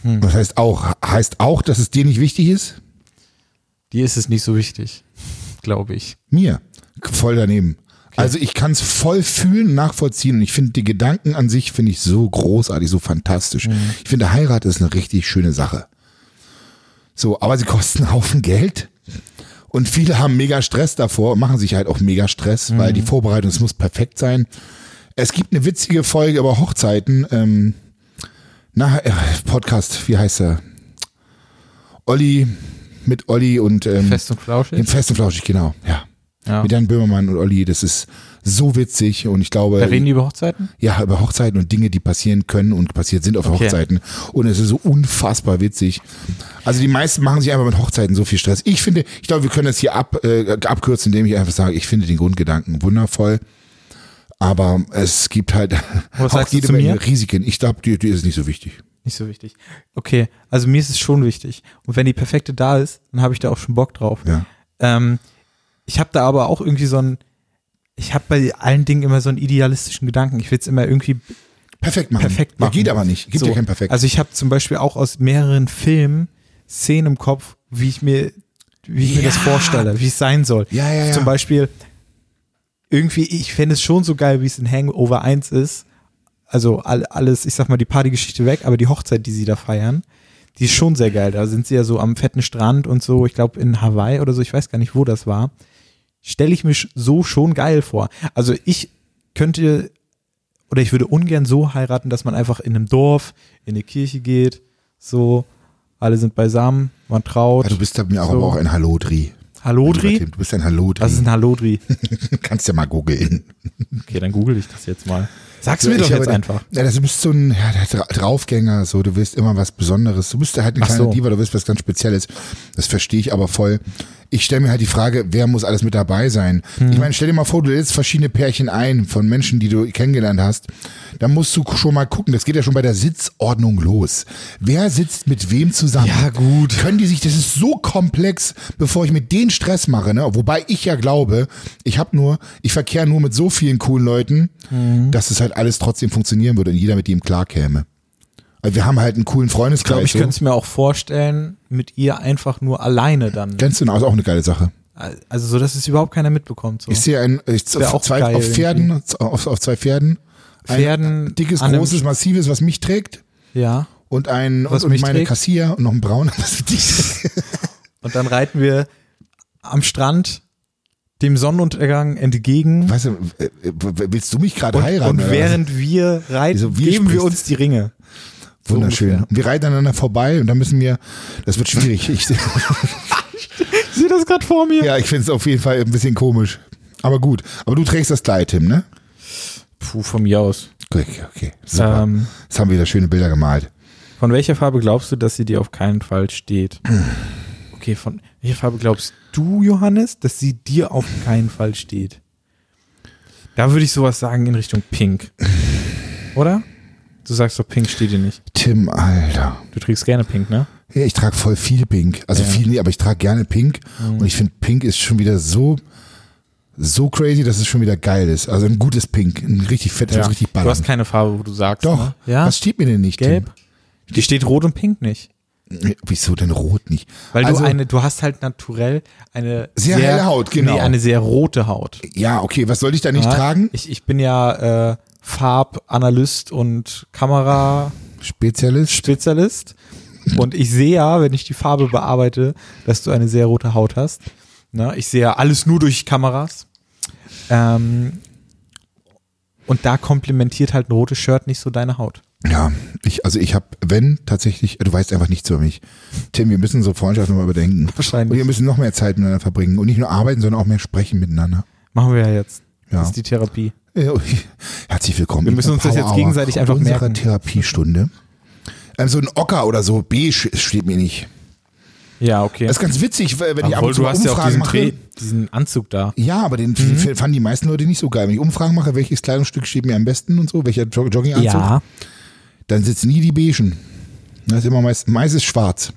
Das heißt auch, heißt auch, dass es dir nicht wichtig ist? Dir ist es nicht so wichtig, glaube ich. Mir. Voll daneben. Also ich kann es voll fühlen, nachvollziehen und ich finde die Gedanken an sich finde ich so großartig, so fantastisch. Ich finde Heirat ist eine richtig schöne Sache. So, aber sie kosten einen Haufen Geld und viele haben mega Stress davor und machen sich halt auch mega Stress, weil die Vorbereitung, es muss perfekt sein. Es gibt eine witzige Folge über Hochzeiten. Ähm, na, äh, Podcast, wie heißt er? Olli, mit Olli und ähm, Fest und in flauschig. Fest und Flauschig, genau. Ja. Ja. Mit Jan Böhmermann und Olli, das ist so witzig und ich Da glaube, reden die über Hochzeiten? ja, über Hochzeiten und Dinge, die passieren können und passiert sind auf Okay. Hochzeiten. Und es ist so unfassbar witzig. Also die meisten machen sich einfach mit Hochzeiten so viel Stress. Ich finde, ich glaube, wir können das hier ab, äh, abkürzen, indem ich einfach sage, ich finde den Grundgedanken wundervoll. Aber es gibt halt Was auch sagst du jede zu mir? Menge Risiken. Ich glaube, dir, dir ist es nicht so wichtig. Nicht so wichtig. Okay, also mir ist es schon wichtig. Und wenn die perfekte da ist, dann habe ich da auch schon Bock drauf. Ja. Ähm, ich habe da aber auch irgendwie so ein, ich habe bei allen Dingen immer so einen idealistischen Gedanken. Ich will es immer irgendwie Perfekt machen. perfekt Ja, machen. Geht aber nicht. Gibt So. ja kein Perfekt. Also ich habe zum Beispiel auch aus mehreren Filmen Szenen im Kopf, wie ich mir, wie ich mir Ja. das vorstelle, wie es sein soll. Ja, ja, ja. Zum Beispiel, irgendwie, ich fände es schon so geil, wie es in Hangover 1 ist. Also all, alles, ich sag mal, die Partygeschichte weg, aber die Hochzeit, die sie da feiern, die ist schon sehr geil. Da sind sie ja so am fetten Strand und so, ich glaube in Hawaii oder so, ich weiß gar nicht, wo das war. Stelle ich mir sch- so schon geil vor. Also ich könnte oder ich würde ungern so heiraten, dass man einfach in einem Dorf in eine Kirche geht, so, alle sind beisammen, man traut. ja, du bist da mir auch, So. Also aber auch ein Hallodri. Halodri? Du bist ein Hallodri. Was ist ein Halodri? Kannst ja mal googeln. Okay, dann google ich das jetzt mal. Sag's mir doch Ich jetzt habe- einfach. Ja, das bist so ein ja, der Dra- Draufgänger, so du willst immer was Besonderes. Du bist ja halt ein Ach kleiner so. Diva, du willst was ganz Spezielles. Das verstehe ich aber voll. Ich stelle mir halt die Frage, wer muss alles mit dabei sein? Hm. Ich meine, stell dir mal vor, du lädst verschiedene Pärchen ein von Menschen, die du kennengelernt hast. Da musst du schon mal gucken, das geht ja schon bei der Sitzordnung los. Wer sitzt mit wem zusammen? Ja, gut. Können die sich, das ist so komplex, bevor ich mit denen Stress mache, ne? Wobei ich ja glaube, ich habe nur, ich verkehre nur mit so vielen coolen Leuten, Mhm. dass es halt alles trotzdem funktionieren würde und jeder mit ihm klarkäme. Also wir haben halt einen coolen Ich glaube, Freundeskreis. ich könnte es mir auch vorstellen, mit ihr einfach nur alleine dann. Ganz genau, ist auch eine geile Sache. Also so, dass es überhaupt keiner mitbekommt. So. Ich sehe einen, ich, wär auf, auch zwei, geil auf Pferden, auf, auf zwei Pferden. Ein Pferden dickes, an einem- großes, massives, was mich trägt. Ja. Und ein, Was und, und mich meine trägt? Kassier und noch ein brauner, was für dich. Und dann reiten wir am Strand dem Sonnenuntergang entgegen. Weißt du, äh, äh, willst du mich gerade Und, heiraten? und oder was? während wir reiten, Wieso wir geben wir sprichst? uns die Ringe. Wunderschön. ungefähr. wir reiten aneinander vorbei und dann müssen wir, das wird schwierig. Ich, Ich sehe das gerade vor mir. ja, ich finde es auf jeden Fall ein bisschen komisch. Aber gut. Aber du trägst das Kleid, Tim, ne? Puh, von mir aus. Okay, okay. Super. Ähm, Jetzt haben wir wieder schöne Bilder gemalt. von welcher Farbe glaubst du, dass sie dir auf keinen Fall steht? Okay, von welcher Farbe glaubst du, Johannes, dass sie dir auf keinen Fall steht? Da würde ich sowas sagen in Richtung Pink. Oder? Du sagst doch, Pink steht dir nicht. Tim, Alter. Du trägst gerne Pink, ne? Ja, ich trage voll viel Pink. Also Ja. Mhm. viel, nee, aber ich trage gerne Pink. Und ich finde, Pink ist schon wieder so, so crazy, dass es schon wieder geil ist. Also ein gutes Pink. Ein richtig fettes, was richtig Du hast ballert. keine Farbe, wo du sagst. Doch. Ne? Ja. Was steht mir denn nicht? Gelb. Die steht Rot und Pink nicht. Tim? Wieso denn rot nicht? Weil also, du eine, du hast halt naturell eine Sehr helle Haut, genau. Nee, eine sehr rote Haut. ja, okay, was soll ich da nicht Ja, tragen? Ich, ich bin ja äh, Farbanalyst und Kameraspezialist. Spezialist? Und ich sehe ja, wenn ich die Farbe bearbeite, dass du eine sehr rote Haut hast. Na, ich sehe ja alles nur durch Kameras. Ähm, und da komplementiert halt ein rotes Shirt nicht so deine Haut. Ja, ich, also ich habe, wenn tatsächlich, du weißt einfach nichts über mich. Tim, wir müssen unsere Freundschaft nochmal überdenken. Wahrscheinlich. Und wir müssen noch mehr Zeit miteinander verbringen. Und nicht nur arbeiten, sondern auch mehr sprechen miteinander. Machen wir ja jetzt. Ja. Das ist die Therapie. Ja, Äh, Herzlich willkommen. Wir müssen uns das jetzt Power gegenseitig Hour einfach unserer merken. Therapiestunde. Ähm, so ein Ocker oder so, beige steht mir nicht. Ja, okay. Das ist ganz witzig, weil wenn ich ab Obwohl, und zu du mal hast ja auch Umfragen diesen, Mhm. mache. Dreh, diesen Anzug da. Ja, aber den f- fanden die meisten Leute nicht so geil. Wenn ich Umfragen mache, welches Kleidungsstück steht mir am besten und so, welcher Jog Jogginganzug, dann sitzen nie die Beigen. Das ist immer meist, meistens schwarz.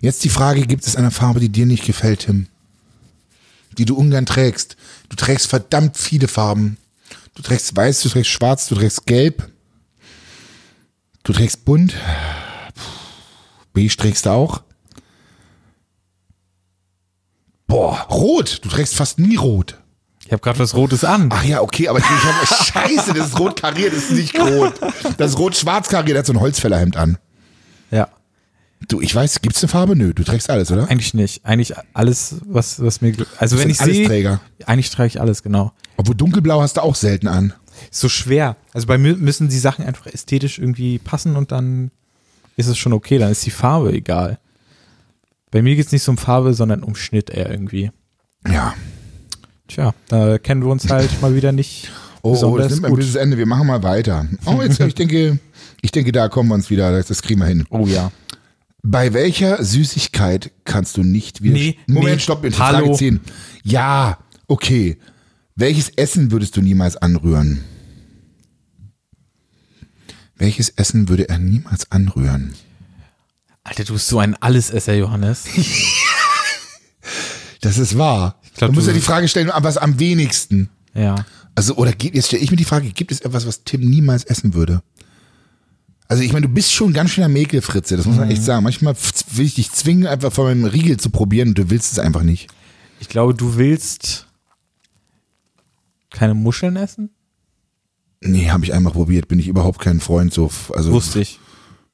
Jetzt die Frage, gibt es eine Farbe, die dir nicht gefällt, Tim? Die du ungern trägst. Du trägst verdammt viele Farben. Du trägst weiß, du trägst schwarz, du trägst gelb. Du trägst bunt. Puh, Beige trägst du auch. Boah, rot. Du trägst fast nie rot. Ich habe gerade was Rotes an. Ach ja, okay, aber ich, ich hab, Scheiße, das ist rot kariert, das ist nicht rot. Das ist rot-schwarz kariert, der hat so ein Holzfällerhemd an. Ja. Du, ich weiß, gibt's eine Farbe? Nö, du trägst alles, oder? Eigentlich nicht. Eigentlich alles, was, was mir. gl- Also, wenn sind ich alles sehe. Träger. Eigentlich trage ich alles, genau. Obwohl dunkelblau hast du auch selten an. Ist so schwer. Also, bei mir müssen die Sachen einfach ästhetisch irgendwie passen und dann ist es schon okay. Dann ist die Farbe egal. Bei mir geht's nicht so um Farbe, sondern um Schnitt eher irgendwie. Ja. Tja, da kennen wir uns halt mal wieder nicht. Oh, oh besonders das nimmt ein gut. böses Ende, wir machen mal weiter. Oh, jetzt, ich denke, ich denke, da kommen wir uns wieder, das, das kriegen wir hin. Oh ja. Bei welcher Süßigkeit kannst du nicht wieder... Nee, Moment, nee. stopp, bitte, Hallo. Frage 10. Ja, okay. Welches Essen würdest du niemals anrühren? Welches Essen würde er niemals anrühren? Alter, du bist so ein Allesesser, Johannes. Das ist wahr. glaub, du musst du- ja die Frage stellen, was am wenigsten. ja. Also, oder gibt, jetzt stelle ich mir die Frage, gibt es etwas, was Tim niemals essen würde? Also, ich meine, du bist schon ganz schön ein Mäkelfritze, das muss man echt sagen. Manchmal f- will ich dich zwingen, einfach von meinem Riegel zu probieren und du willst es einfach nicht. Ich glaube, du willst keine Muscheln essen? Nee, habe ich einmal probiert, bin ich überhaupt kein Freund so. f- Also, Wusste ich.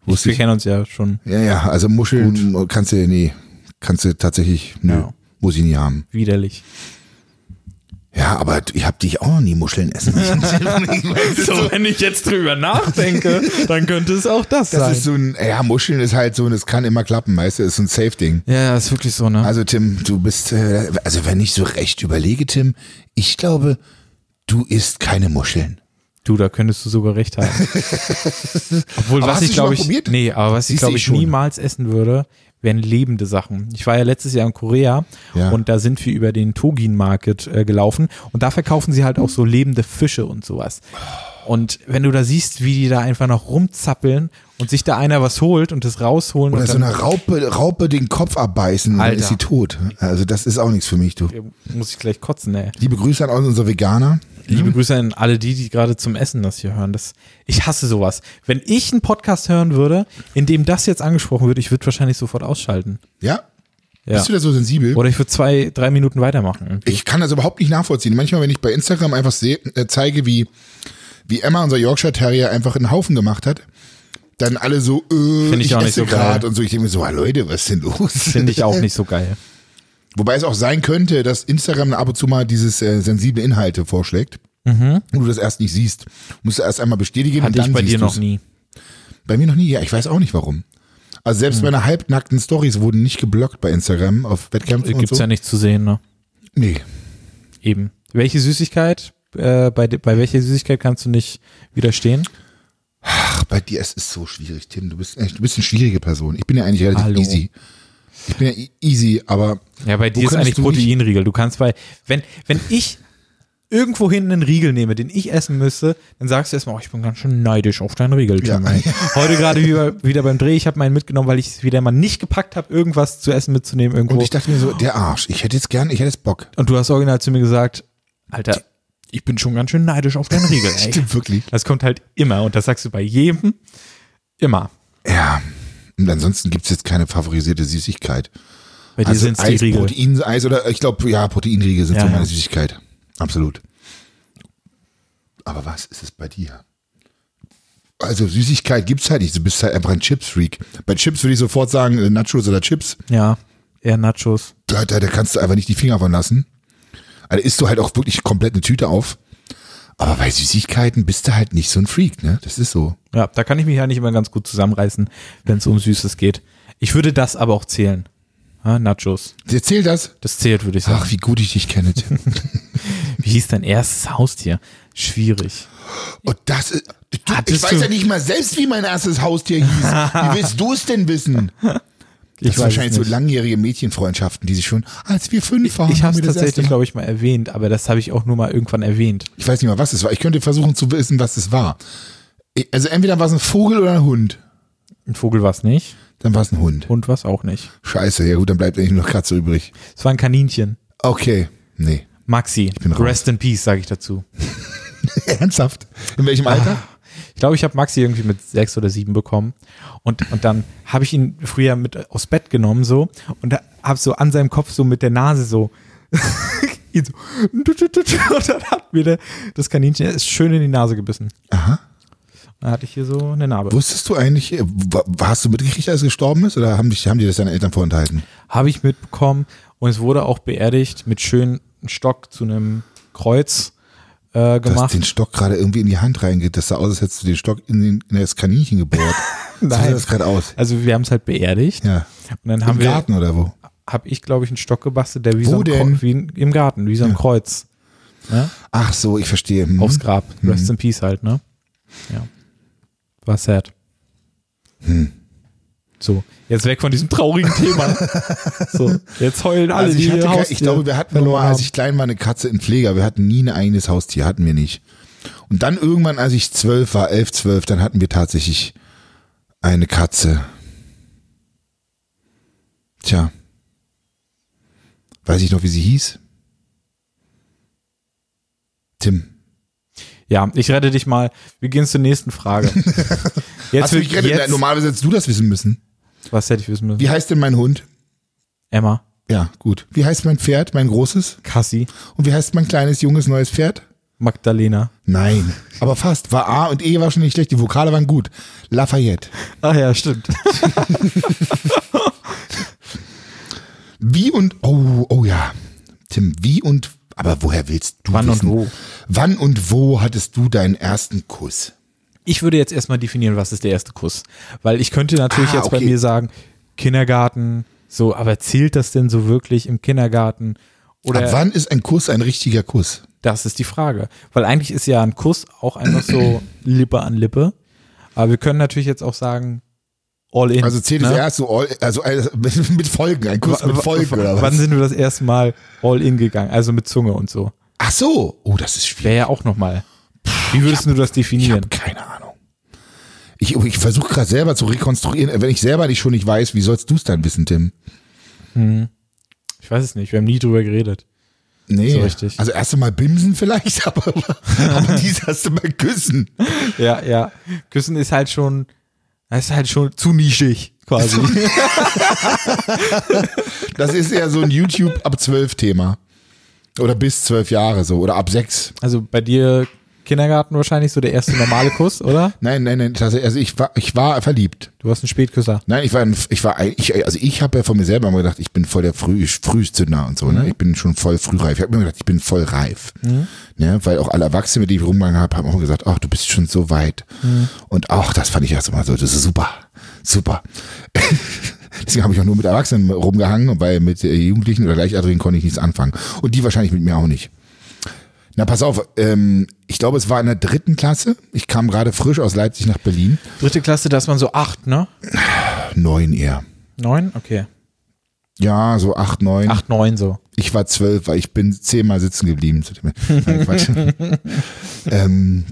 Wusste wir ich. kennen uns ja schon Ja, ja, also Muscheln kannst du, nee, kannst du tatsächlich, nö, Ja. muss ich nie haben. widerlich. Ja, aber ich habe dich auch noch nie Muscheln essen. sehen. So, wenn ich jetzt drüber nachdenke, dann könnte es auch das, Das sein. ist so ein, ja, Muscheln ist halt so, und es kann immer klappen, weißt du, ist so ein Safe-Ding. ja, das ist wirklich so, ne? Also Tim, du bist, äh, also wenn ich so recht überlege, Tim, ich glaube, du isst keine Muscheln. du, da könntest du sogar recht haben. Obwohl, Aber was hast ich du schon glaube mal ich, probiert? nee, aber was ich Siehst du, glaube ich ich, schon. niemals essen würde, wären lebende Sachen. Ich war ja letztes Jahr in Korea Ja. und da sind wir über den Togin Market äh, gelaufen und da verkaufen sie halt auch so lebende Fische und sowas. Und wenn du da siehst, wie die da einfach noch rumzappeln und sich da einer was holt und das rausholen Oder und so dann eine Raupe, Raupe den Kopf abbeißen und dann Alter. ist sie tot. Also das ist auch nichts für mich, du. muss ich gleich kotzen, ey. Liebe Grüße an unsere Veganer. Liebe Grüße an alle die, die gerade zum Essen das hier hören. Das, ich hasse sowas. Wenn ich einen Podcast hören würde, in dem das jetzt angesprochen wird, ich würde wahrscheinlich sofort ausschalten. Ja? Ja. Bist du da so sensibel? Oder ich würde zwei, drei Minuten weitermachen. Ich kann das überhaupt nicht nachvollziehen. Manchmal, wenn ich bei Instagram einfach sehe, äh, zeige, wie, wie Emma, unser Yorkshire Terrier, einfach einen Haufen gemacht hat, dann alle so, äh, Find ich auch nicht esse so geil. grad und so. Ich denke mir so, ah, Leute, was ist denn los? Finde ich auch nicht so geil. Wobei es auch sein könnte, dass Instagram ab und zu mal dieses äh, sensible Inhalte vorschlägt. Und du das erst nicht siehst. Musst du erst einmal bestätigen Mhm. Hatte und dann ich bei dir siehst noch du's. nie. Bei mir noch nie, ja, ich weiß auch nicht warum. Also Mhm. selbst meine halbnackten Stories wurden nicht geblockt bei Instagram auf Wettkämpfen und Äh, Gibt's so. ja nicht zu sehen, ne? nee. Eben. Welche Süßigkeit, äh, bei, de- bei welcher Süßigkeit kannst du nicht widerstehen? Ach, bei dir, es ist so schwierig, Tim. Du bist echt, du bist eine schwierige Person. Ich bin ja eigentlich relativ Hallo. easy. Ich bin ja e- easy, aber Ja, bei Wo dir ist kannst eigentlich du nicht- Proteinriegel. Du kannst bei, wenn, wenn ich irgendwo hinten einen Riegel nehme, den ich essen müsste, dann sagst du erstmal, oh, ich bin ganz schön neidisch auf deinen Riegel. Tim. Ja. Heute gerade wieder, wieder beim Dreh, ich habe meinen mitgenommen, weil ich es wieder mal nicht gepackt habe, irgendwas zu essen mitzunehmen irgendwo. und ich dachte mir so, der Arsch. Ich hätte jetzt gern, ich hätte jetzt Bock. Und du hast original zu mir gesagt, Alter, ich bin schon ganz schön neidisch auf deinen Riegel. Ey. Stimmt wirklich. Das kommt halt immer und das sagst du bei jedem immer. Ja. Und ansonsten gibt's jetzt keine favorisierte Süßigkeit. Also Bei dir sind's die Eis, Riegel. Protein, Eis oder ich glaube, ja, Proteinriegel sind Ja, so ja. meine Süßigkeit. Absolut. Aber was ist es bei dir? Also Süßigkeit gibt's halt nicht. Du bist halt einfach ein Chips-Freak. Bei Chips würde ich sofort sagen, äh, Nachos oder Chips. Ja, eher Nachos. Da, da, da kannst du einfach nicht die Finger von lassen. Also isst du halt auch wirklich komplett eine Tüte auf. Aber bei Süßigkeiten bist du halt nicht so ein Freak, ne? Das ist so. Ja, da kann ich mich eigentlich immer ganz gut zusammenreißen, wenn es um Süßes geht. Ich würde das aber auch zählen. Ja, Nachos. Erzähl das. Das zählt, würde ich sagen. Ach, wie gut ich dich kenne, Tim. Wie hieß dein erstes Haustier? Schwierig. Und das ist. Du, ich Hattest weiß du- ja nicht mal selbst, wie mein erstes Haustier hieß. Wie willst du es denn wissen? Das Ich sind wahrscheinlich so langjährige Mädchenfreundschaften, die sich schon, als wir fünf waren, Ich habe haben es wir das erste tatsächlich, Mal- glaube ich, mal erwähnt, aber das habe ich auch nur mal irgendwann erwähnt. Ich weiß nicht mal, was es war. Ich könnte versuchen zu wissen, was es war. Ich- Also entweder war es ein Vogel oder ein Hund. Ein Vogel war es nicht, Dann war es ein Hund. Hund war es auch nicht. Scheiße, ja gut, dann bleibt eigentlich nur noch Katze übrig. Es war ein Kaninchen. Okay. Nee. Maxi. bin raus. Rest in Peace, sage ich dazu. Ernsthaft? In welchem Alter? Ich glaube, ich habe Maxi irgendwie mit sechs oder sieben bekommen. Und, und dann habe ich ihn früher mit aus Bett genommen so und habe so an seinem Kopf so mit der Nase so. ihn so tut, tut, tut, und dann hat mir der, das Kaninchen ist schön in die Nase gebissen. Aha. Dann hatte ich hier so eine Narbe. Wusstest du eigentlich, äh, wa- hast du mitgekriegt, als es gestorben ist? Oder haben, dich, haben dir das deine Eltern vorenthalten? Habe ich mitbekommen und es wurde auch beerdigt mit schönen Stock zu einem Kreuz äh, Du hast gemacht. den Stock gerade irgendwie in die Hand reingeht. Das sah aus, als hättest du den Stock in, den, in das Kaninchen gebohrt. So sah Nein. das gerade aus. Also wir haben es halt beerdigt Ja. und dann Im haben wir Garten oder wo? habe ich glaube ich einen Stock gebastelt, der wie Wo so ein denn? Kreuz, wie ein, im Garten, wie so ein Kreuz. Ach so, ich verstehe. Hm. aufs Grab. Rest in Peace halt, ne? Ja. War sad. Hm. So, jetzt weg von diesem traurigen Thema. so, jetzt heulen alle, also die ich, hatte, ihr ke- Haustier ich glaube, wir hatten nur, verloren mal, als haben. ich klein war, eine Katze in Pfleger. Wir hatten nie ein eigenes Haustier, hatten wir nicht. Und dann irgendwann, als ich zwölf war, elf, zwölf, dann hatten wir tatsächlich eine Katze. Tja. Weiß ich noch, wie sie hieß? Tim. Ja, ich rette dich mal. Wir gehen zur nächsten Frage. jetzt Hast du wird mich gerettet? jetzt, Normalerweise hättest du das wissen müssen. was hätte ich wissen müssen? Wie heißt denn mein Hund? Emma, Ja, gut. Wie heißt mein Pferd, mein großes? Cassie, Und wie heißt mein kleines, junges, neues Pferd? Magdalena. Nein. Aber fast. War A und E war schon nicht schlecht. Die Vokale waren gut. Lafayette. Ach Ah ja, stimmt. Wie und, oh, oh ja. Tim, wie und, aber woher willst du Wann und wissen? wo? Wann und wo hattest du deinen ersten Kuss? Ich würde jetzt erstmal definieren, was ist der erste Kuss. Weil ich könnte natürlich Ah, jetzt bei okay. mir sagen, Kindergarten, so, aber zählt das denn so wirklich im Kindergarten? Oder Ab wann ist ein Kuss ein richtiger Kuss? das ist die Frage. Weil eigentlich ist ja ein Kuss auch einfach so Lippe an Lippe. Aber wir können natürlich jetzt auch sagen, all in. Also zählt es ne? erst so, all, also äh, mit, mit Folgen, ein Kuss mit W- w- Folgen oder Wann was? sind wir das erste Mal all in gegangen? Also mit Zunge und so. Ach so, oh, das ist schwierig. Wäre ja auch nochmal. Wie würdest du das Ich definieren? habe keine Ahnung. Ich, oh, ich versuche gerade selber zu rekonstruieren. Wenn ich selber nicht schon nicht weiß, wie sollst du es dann wissen, Tim? Ich weiß es nicht. Wir haben nie drüber geredet. Nee. So richtig. Also erst einmal bimsen vielleicht, aber, aber dies erst einmal küssen. Ja, ja. Küssen ist halt schon, ist halt schon zu nischig, quasi. Das ist ja so ein YouTube ab zwölf Thema. Oder bis zwölf Jahre so. Oder ab sechs. also bei dir Kindergarten wahrscheinlich so der erste normale Kuss, oder? Nein, nein, nein, tatsächlich, also ich war, ich war verliebt. Du warst ein Spätküsser. Nein, ich war, ein, ich war, ein- ich, also ich habe ja von mir selber immer gedacht, ich bin voll der Früh, Frühzünder und so, ne? Ich bin schon voll frühreif. Ich habe mir gedacht, ich bin voll reif, ne? Weil auch alle Erwachsenen, mit denen ich rumgegangen habe, haben auch gesagt, ach, du bist schon so weit. Und auch das fand ich erst immer so, das ist super, super. Deswegen habe ich auch nur mit Erwachsenen rumgehangen, weil mit äh, Jugendlichen oder Gleichaltrigen konnte ich nichts anfangen. Und die wahrscheinlich mit mir auch nicht. Na, pass auf, ähm, ich glaube, es war in der dritten Klasse. Ich kam gerade frisch aus Leipzig nach Berlin. Dritte Klasse, da ist man so acht, ne? Neun eher. Neun? Okay. Ja, so acht, neun. Acht, neun so. Ich war zwölf, weil ich bin zehnmal sitzen geblieben. Zu dem- Nein, Quatsch. ähm,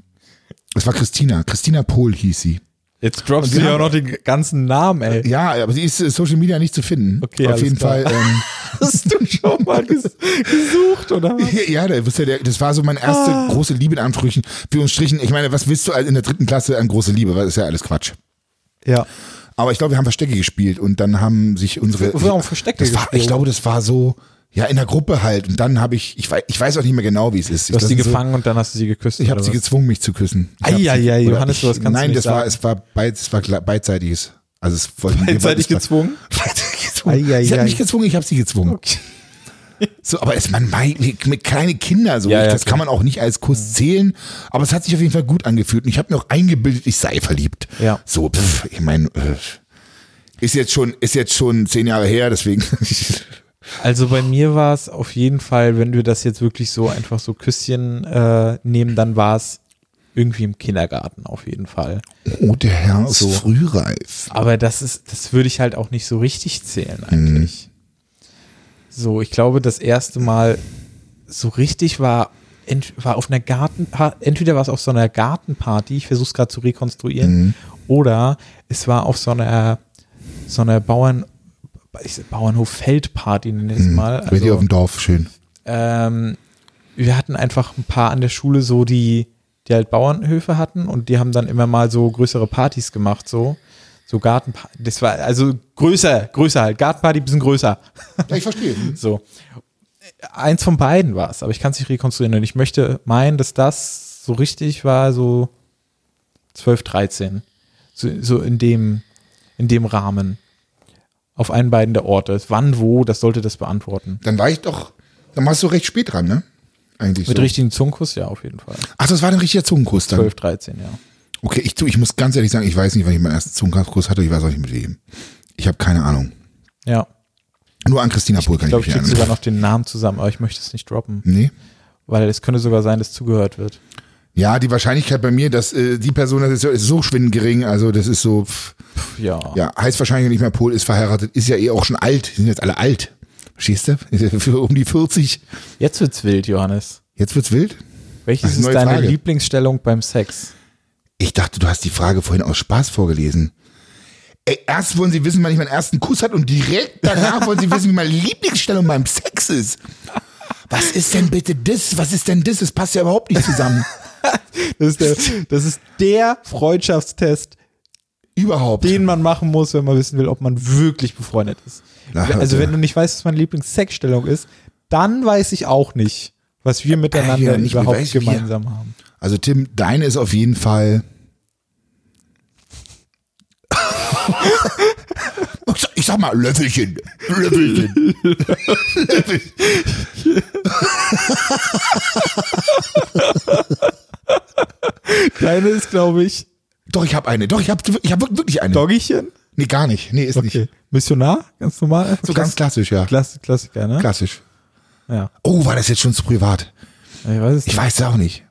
es war Christina. Christina Pohl hieß sie. Jetzt droppst Und wir haben- noch den ganzen Namen, ey. Ja, aber sie ist äh, Social Media nicht zu finden. Okay, Auf alles jeden klar. Fall. Ähm, Hast du schon mal ges gesucht, oder? ja, da wisst ihr, der- das war so meine erste Ah. große Liebe in Anführungsstrichen. Für uns Strichen. Ich meine, was willst du in der dritten Klasse an große Liebe? Das ist ja alles Quatsch. Ja. Aber ich glaube, wir haben Verstecke gespielt und dann haben sich unsere. Warum Verstecke das war, gespielt? Ich glaube, das war so, ja, in der Gruppe halt. Und dann habe ich, ich weiß, ich weiß auch nicht mehr genau, wie es ist. Du hast sie Das sind so, gefangen und dann hast du sie geküsst. Ich habe oder sie was? gezwungen, mich zu küssen. Ich hab Eieiei, sie- oder Johannes, du, das kannst du Nein, nicht das war, sagen. es war, beid, es war gla- beidseitiges. Also es wollten wir Beidseitig beides- gezwungen. Beidseitig gezwungen. ich habe Eieiei. nicht gezwungen, ich habe sie gezwungen. So, aber es man mei- mit, mit kleine Kinder so, Ja, ich, ja, das kann man auch nicht als Kuss zählen, aber es hat sich auf jeden Fall gut angefühlt und ich habe mir auch eingebildet, ich sei verliebt. Ja. So, pff, ich meine, äh, ist jetzt schon ist jetzt schon zehn Jahre her, deswegen Also bei mir war es auf jeden Fall, wenn wir das jetzt wirklich so einfach so Küsschen äh, nehmen, dann war es irgendwie im Kindergarten auf jeden Fall. oh der Herr ist So. frühreif. Aber das ist, das würde ich halt auch nicht so richtig zählen eigentlich. So, ich glaube, das erste Mal so richtig war, ent, war auf einer Garten, ha- entweder war es auf so einer Gartenparty, ich versuche es gerade zu rekonstruieren, oder es war auf so einer, so einer Bauern, ich sag, Bauernhof Feldparty nenne ich es mal. also Bei dir auf dem Dorf schön. ähm, wir hatten einfach ein paar an der Schule so, die, die halt Bauernhöfe hatten und die haben dann immer mal so größere Partys gemacht, so. So Gartenparty, das war also größer, größer halt. Gartenparty bisschen größer. Ja, ich verstehe. So. Eins von beiden war es, aber ich kann es nicht rekonstruieren. Und ich möchte meinen, dass das so richtig war, so 12, 13. So, so in, dem, in dem Rahmen. Auf einen beiden der Orte. Wann, wo, das sollte das beantworten. Dann war ich doch, dann warst du recht spät dran, ne? Eigentlich Mit so. richtigen Zungenkuss, ja, auf jeden Fall. Ach, das war ein richtiger Zungenkuss dann. 12, 13, ja. Okay, ich, tu- ich muss ganz ehrlich sagen, ich weiß nicht, wann ich meinen ersten Zungenkuss hatte. Ich weiß auch nicht mit wem. Ich habe keine Ahnung. Ja. Nur an Christina Pohl kann ich, Ich glaube, ich mich krieg sogar erinnern. noch den Namen zusammen, aber ich möchte es nicht droppen. Nee? Weil es könnte sogar sein, dass zugehört wird. Ja, die Wahrscheinlichkeit bei mir, dass äh, die Person, das ist, so- ist so schwindend gering, also das ist so, pff, Pff, ja. ja, heißt wahrscheinlich nicht mehr Pohl, ist verheiratet, ist ja eh auch schon alt, die sind jetzt alle alt. Verstehst du? Ist ja für um die 40. Jetzt wird's wild, Johannes. Jetzt wird's wild? Das Welches ist eine ist neue deine Frage. Lieblingsstellung beim Sex? Ich dachte, du hast die Frage vorhin aus Spaß vorgelesen. Ey, erst wollen sie wissen, wann ich meinen ersten Kuss hatte und direkt danach wollen sie wissen, wie meine Lieblingsstellung beim Sex ist. Was ist denn bitte das? Was ist denn das? Das passt ja überhaupt nicht zusammen. Das ist der, das ist der Freundschaftstest, Überhaupt. den man machen muss, wenn man wissen will, ob man wirklich befreundet ist. Na, also, also. wenn du nicht weißt, was meine Lieblingssexstellung ist, dann weiß ich auch nicht, was wir miteinander ja, nicht, wie überhaupt weiß wir? gemeinsam haben. Also Tim, deine ist auf jeden Fall. Ich sag- Ich sag mal, Löffelchen. Löffelchen. Löffelchen. Deine ist, glaube ich, Doch, ich habe eine. Doch, ich habe ich hab wirklich eine. Doggychen. Nee, gar nicht. Nee, ist nicht. Okay. Missionar, ganz normal. So ganz klassisch, ja. Klasse, Klassiker, ne? Klassisch. Ja. Oh, war das jetzt schon zu privat? Ich weiß es Ich weiß es auch nicht.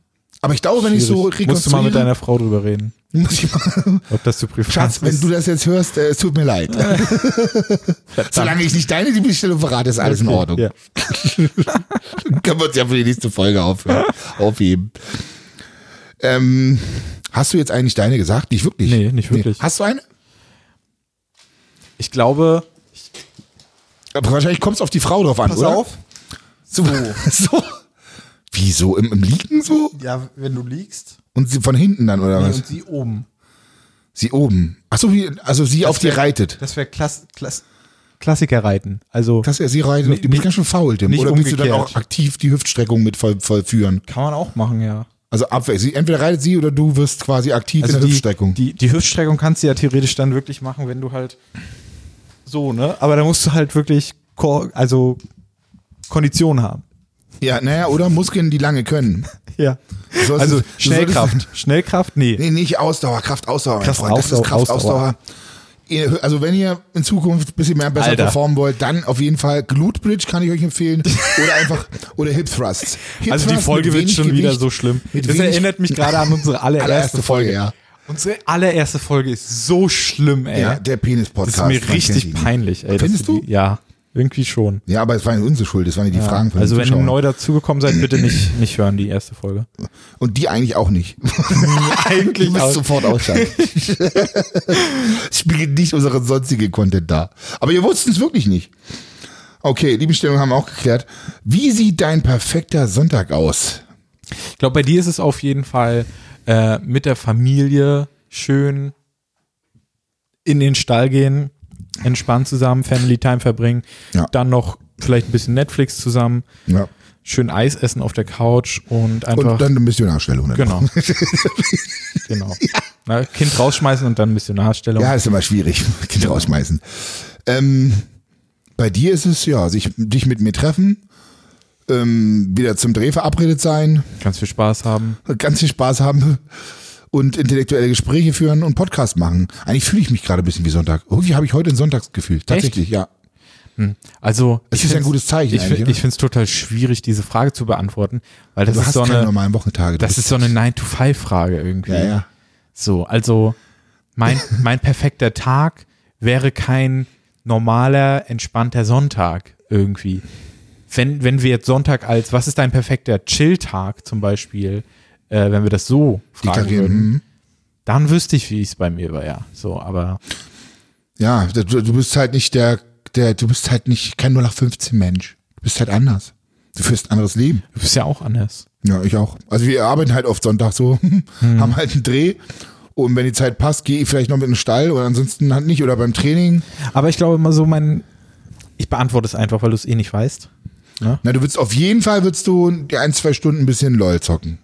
Aber ich glaube, wenn ich so Schwierig. Musst du mal mit rekonstruiere, deiner Frau drüber reden. muss ich mal, Ob das zu privat Schatz, wenn ist. du das jetzt hörst, äh, es tut mir leid. Solange ich nicht deine Lieblingsstellung verrate, ist alles in Ordnung. Ja. Können wir uns ja für die nächste Folge auf, aufheben. Ähm, hast du jetzt eigentlich deine gesagt? Nicht wirklich. Nee, nicht wirklich. Hast du eine? Ich glaube, Aber wahrscheinlich kommt es auf die Frau drauf an, pass oder? auf. So. so. Wieso? Im, Im Liegen so? Ja, wenn du liegst Und sie von hinten dann, oder was? und sie oben. Sie oben. Ach so, wie, also sie auf dir reitet. Das wäre Klass, Klass, Klassiker reiten. Also Das ja, sie reitet. du bist ganz schön faul, Tim. nicht Oder bist du dann umgekehrt. auch aktiv die Hüftstreckung mit voll, vollführen? kann man auch machen, ja. Also abwechselnd. Entweder reitet sie oder du wirst quasi aktiv in der Hüftstreckung. Also Die, die Hüftstreckung kannst du ja theoretisch dann wirklich machen, wenn du halt so, ne? Aber da musst du halt wirklich, Ko- also Kondition haben. ja, naja, oder Muskeln, die lange können. Ja. Du solltest- Also du solltest- Schnellkraft. Schnellkraft, nee. Nee, nicht Ausdauer, Kraft, Ausdauer, mein Kraft, Freund. Das ist Ausdauer, Kraft, Ausdauer. Ihr- Also wenn ihr in Zukunft ein bisschen mehr besser Alter. performen wollt, dann auf jeden Fall Glute Bridge kann ich euch empfehlen oder einfach oder Hip Thrusts. Hip Also die Thrusts Folge mit wird wenig schon wieder Gewicht. so schlimm. mit Das wenig- erinnert mich gerade an unsere allererste, allererste Folge. Folge, ja. Unsere allererste Folge ist so schlimm, ey. Ja, der Penis das Podcast. ist mir richtig peinlich, ey. dass Findest wir die- Ja, irgendwie schon. Ja, aber es war nicht unsere Schuld, das waren ja die Fragen von Also den wenn ihr Zuschauern. neu dazugekommen seid, bitte nicht, nicht hören die erste Folge. Und die eigentlich auch nicht. Eigentlich Du müsst auch. sofort ausschalten. Es Spiegelt nicht unseren sonstigen Content dar. Aber ihr wusstet es wirklich nicht. Okay, Liebestellung haben wir auch geklärt. Wie sieht dein perfekter Sonntag aus? Ich glaube, bei dir ist es auf jeden Fall äh, mit der Familie schön in den Stall gehen, entspannt zusammen, Family Time verbringen, Ja. dann noch vielleicht ein bisschen Netflix zusammen, Ja. schön Eis essen auf der Couch und Und einfach dann eine Missionarstellung. ne? genau. genau. Na, kind rausschmeißen und dann Missionarstellung. Ja, ist immer schwierig. Kind rausschmeißen. Ähm, bei dir ist es, ja, sich, dich mit mir treffen, ähm, wieder zum Dreh verabredet sein, Ganz viel Spaß haben. ganz viel Spaß haben und intellektuelle Gespräche führen und Podcast machen. Eigentlich fühle ich mich gerade ein bisschen wie Sonntag. Irgendwie habe ich heute ein Sonntagsgefühl. Tatsächlich, ja. Also Es ich ist ein find's- gutes Zeichen Ich, eigentlich, find- oder? ich finde es total schwierig, diese Frage zu beantworten, weil das Du ist hast so keine eine normalen Wochentage. Du Das bist- ist so eine 9-to-5-Frage irgendwie. Ja, ja. So, also mein, mein perfekter Tag wäre kein normaler, entspannter Sonntag irgendwie. Wenn, wenn wir jetzt Sonntag als, was ist dein perfekter Chill-Tag zum Beispiel, äh, wenn wir das so fragen deklarieren. würden, Mhm. dann wüsste ich, wie es bei mir war, ja. So, aber Ja, du, du bist halt nicht der, der, du bist halt nicht kein 0815 Mensch. Du bist halt anders. Du führst ein anderes Leben. du bist ja auch anders. Ja, ich auch. Also wir arbeiten halt oft Sonntag so, Hm. haben halt einen Dreh. Und wenn die Zeit passt, gehe ich vielleicht noch mit in den Stall oder ansonsten halt nicht oder beim Training. Aber ich glaube immer so, mein, ich beantworte es einfach, weil du es eh nicht weißt. Na, du würdest auf jeden Fall würdest du die ein, zwei Stunden ein bisschen LOL zocken.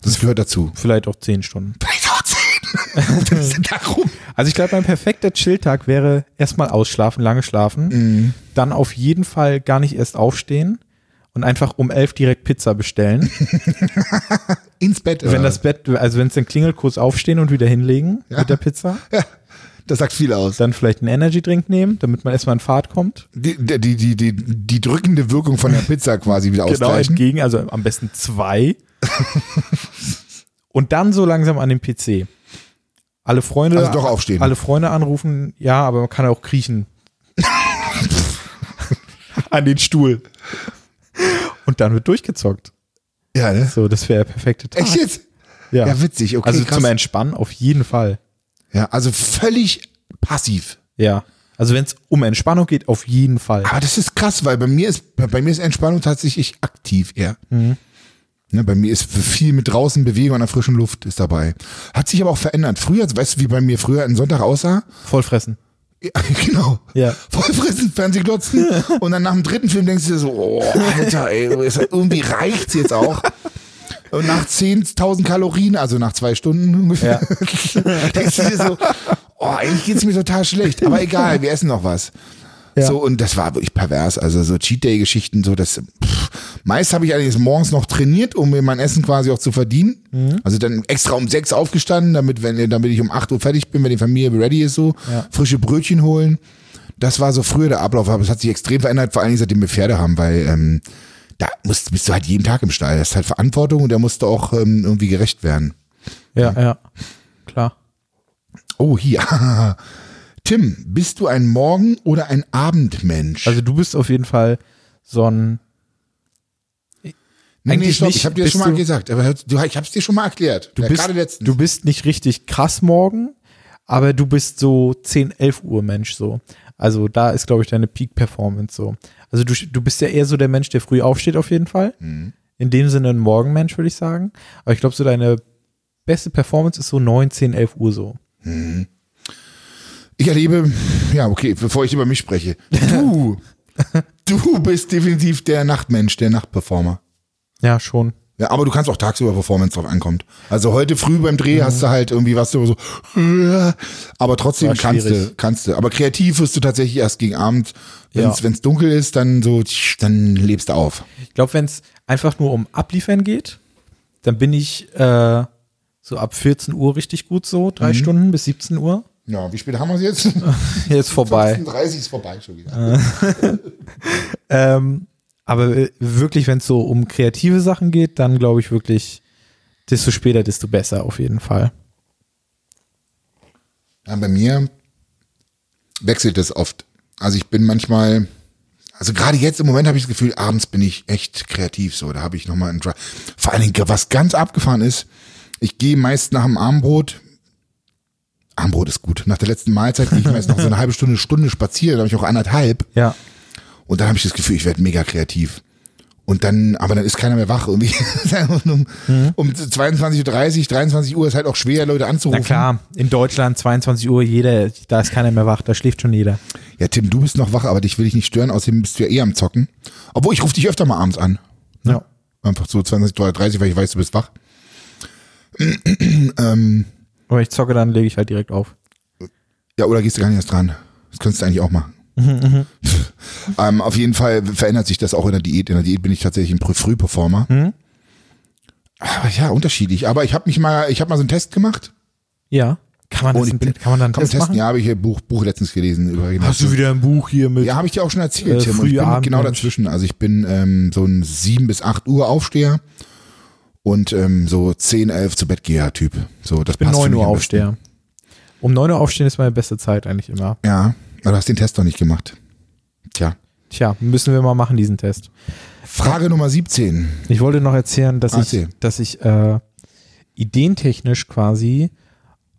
Das gehört dazu. Vielleicht auch zehn Stunden. Vielleicht auch zehn. Das ist darum. Also ich glaube, mein perfekter Chilltag wäre erstmal ausschlafen, lange schlafen, dann auf jeden Fall gar nicht erst aufstehen und einfach um elf direkt Pizza bestellen. Ins Bett. wenn äh, das Bett, also wenn es dann klingelt, kurz aufstehen und wieder hinlegen mit der Pizza. das sagt viel aus. Dann vielleicht einen Energy-Drink nehmen, damit man erstmal in Fahrt kommt. Die, die, die, die, die drückende Wirkung von der Pizza quasi wieder ausgleichen. entgegen, also am besten zwei. und dann so langsam an den PC. Alle Freunde. Also doch aufstehen. Alle Freunde anrufen, ja, aber man kann auch kriechen. an den Stuhl. Und dann wird durchgezockt. Ja, ne? So, das wäre der perfekte Tag. Echt jetzt? Ja. Ja, witzig. Okay, Ah. also krass. zum Entspannen auf jeden Fall. Ja, also völlig passiv. Ja. Also wenn es um Entspannung geht, auf jeden Fall. Aber das ist krass, weil bei mir ist, bei mir ist Entspannung tatsächlich aktiv eher. Mhm. Ne, bei mir ist viel mit draußen Bewegung an der frischen Luft ist dabei. Hat sich aber auch verändert. Früher, weißt du, wie bei mir früher ein Sonntag aussah? Vollfressen. Ja, genau. Ja. Vollfressen, Fernsehglotzen. Und dann nach dem dritten Film denkst du dir so, oh, Alter, ey, ist das- irgendwie reicht's jetzt auch. Und nach 10.000 Kalorien, also nach zwei Stunden ungefähr, denkst du dir so, oh, eigentlich geht's mir total schlecht. Aber egal, wir essen noch was. Ja. So, und das war wirklich pervers. Also so Cheat Day-Geschichten, so das, pff, meist habe ich allerdings morgens noch trainiert, um mir mein Essen quasi auch zu verdienen. Mhm. Also dann extra um sechs aufgestanden, damit, wenn, damit ich um acht Uhr fertig bin, wenn die Familie ready ist, so Ja. frische Brötchen holen. Das war so früher der Ablauf, aber es hat sich extrem verändert, vor allen Dingen seitdem wir Pferde haben, weil ähm, da musst, bist du halt jeden Tag im Stall. Das ist halt Verantwortung und da musst du auch ähm, irgendwie gerecht werden. Ja, ja. Klar. Oh, hier. Tim, bist du ein Morgen- oder ein Abendmensch? Also du bist auf jeden Fall so ein Nee, Eigentlich nee, stopp, nicht. ich habe dir das Bist schon mal du- gesagt, aber hör- du, ich habe es dir schon mal erklärt. Du Ja, bist, gerade letztens. du bist nicht richtig krass morgen, aber du bist so 10, 11 Uhr Mensch so. Also da ist, glaube ich, deine Peak-Performance so. Also du, du bist ja eher so der Mensch, der früh aufsteht auf jeden Fall. Mhm. In dem Sinne ein Morgenmensch, würde ich sagen. Aber ich glaube, so deine beste Performance ist so 9, 10, 11 Uhr so. ich erlebe, ja, okay, bevor ich über mich spreche. Du, du bist definitiv der Nachtmensch, der Nachtperformer. Ja, schon. Ja, aber du kannst auch tagsüber performen, wenn es drauf ankommt. Also heute früh beim Dreh hast du halt irgendwie was so, aber trotzdem War kannst du, schwierig. kannst du. Aber kreativ wirst du tatsächlich erst gegen Abend, wenn es Ja. wenn's dunkel ist, dann so, tsch, dann lebst du auf. Ich glaube, wenn es einfach nur um Abliefern geht, dann bin ich äh, so ab 14 Uhr richtig gut so, drei Mhm. Stunden bis 17 Uhr. Ja, wie spät haben wir es jetzt? Jetzt vorbei. 30 ist vorbei schon wieder. Ähm, aber äh, wirklich, wenn es so um kreative Sachen geht, dann glaube ich wirklich, desto später, desto besser auf jeden Fall. Ja, bei mir wechselt das oft. Also ich bin manchmal, also gerade jetzt im Moment habe ich das Gefühl, abends bin ich echt kreativ so. Da habe ich nochmal einen Drive. Vor allen Dingen, was ganz abgefahren ist, ich gehe meist nach dem Armbrot. Armbrot ist gut. Nach der letzten Mahlzeit gehe ich meist noch so eine halbe Stunde, Stunde spazieren, da habe ich noch anderthalb. Ja. Und dann habe ich das Gefühl, ich werde mega kreativ. Und dann, aber dann ist keiner mehr wach. Irgendwie um, um 22.30 Uhr, 23 Uhr ist halt auch schwer, Leute anzurufen. Hm. Na klar, in Deutschland 22 Uhr, jeder, da ist keiner mehr wach, da schläft schon jeder. Ja, Tim, du bist noch wach, aber dich will ich nicht stören. Außerdem bist du ja eh am Zocken. Obwohl, ich rufe dich öfter mal abends an. Ja. Einfach so 20, 30, weil ich weiß, du bist wach. Aber ich zocke, dann lege ich halt direkt auf. Ja, oder gehst du gar nicht erst dran? Das könntest du eigentlich auch machen. Mhm, ähm, auf jeden Fall verändert sich das auch in der Diät. In der Diät bin ich tatsächlich ein Pr- Frühperformer. Mhm. Aber ja, unterschiedlich. Aber ich habe mich mal, ich habe mal so einen Test gemacht. Ja. Kann man, Und das ich in, bin- kann man dann Komm, Test testen. machen? Ja, habe ich hier Buch, Buch letztens gelesen über Hast du wieder ein Buch hier mit? Ja, habe ich dir auch schon erzählt, Äh, Tim. Und ich bin Frühabend- genau dazwischen. Also ich bin ähm, so ein 7 bis 8 Uhr Aufsteher und ähm, so 10, 11 zu Bett geher Typ. So, das ich bin passt für 9 mich Uhr am aufsteher. Um 9 Uhr aufstehen ist meine beste Zeit eigentlich immer. besten. Ja, aber du hast den Test noch nicht gemacht. Tja. Tja, müssen wir mal machen, diesen Test. Frage Nummer 17. Ich wollte noch erzählen, dass Ah, ich, erzähl. dass ich äh, ideentechnisch quasi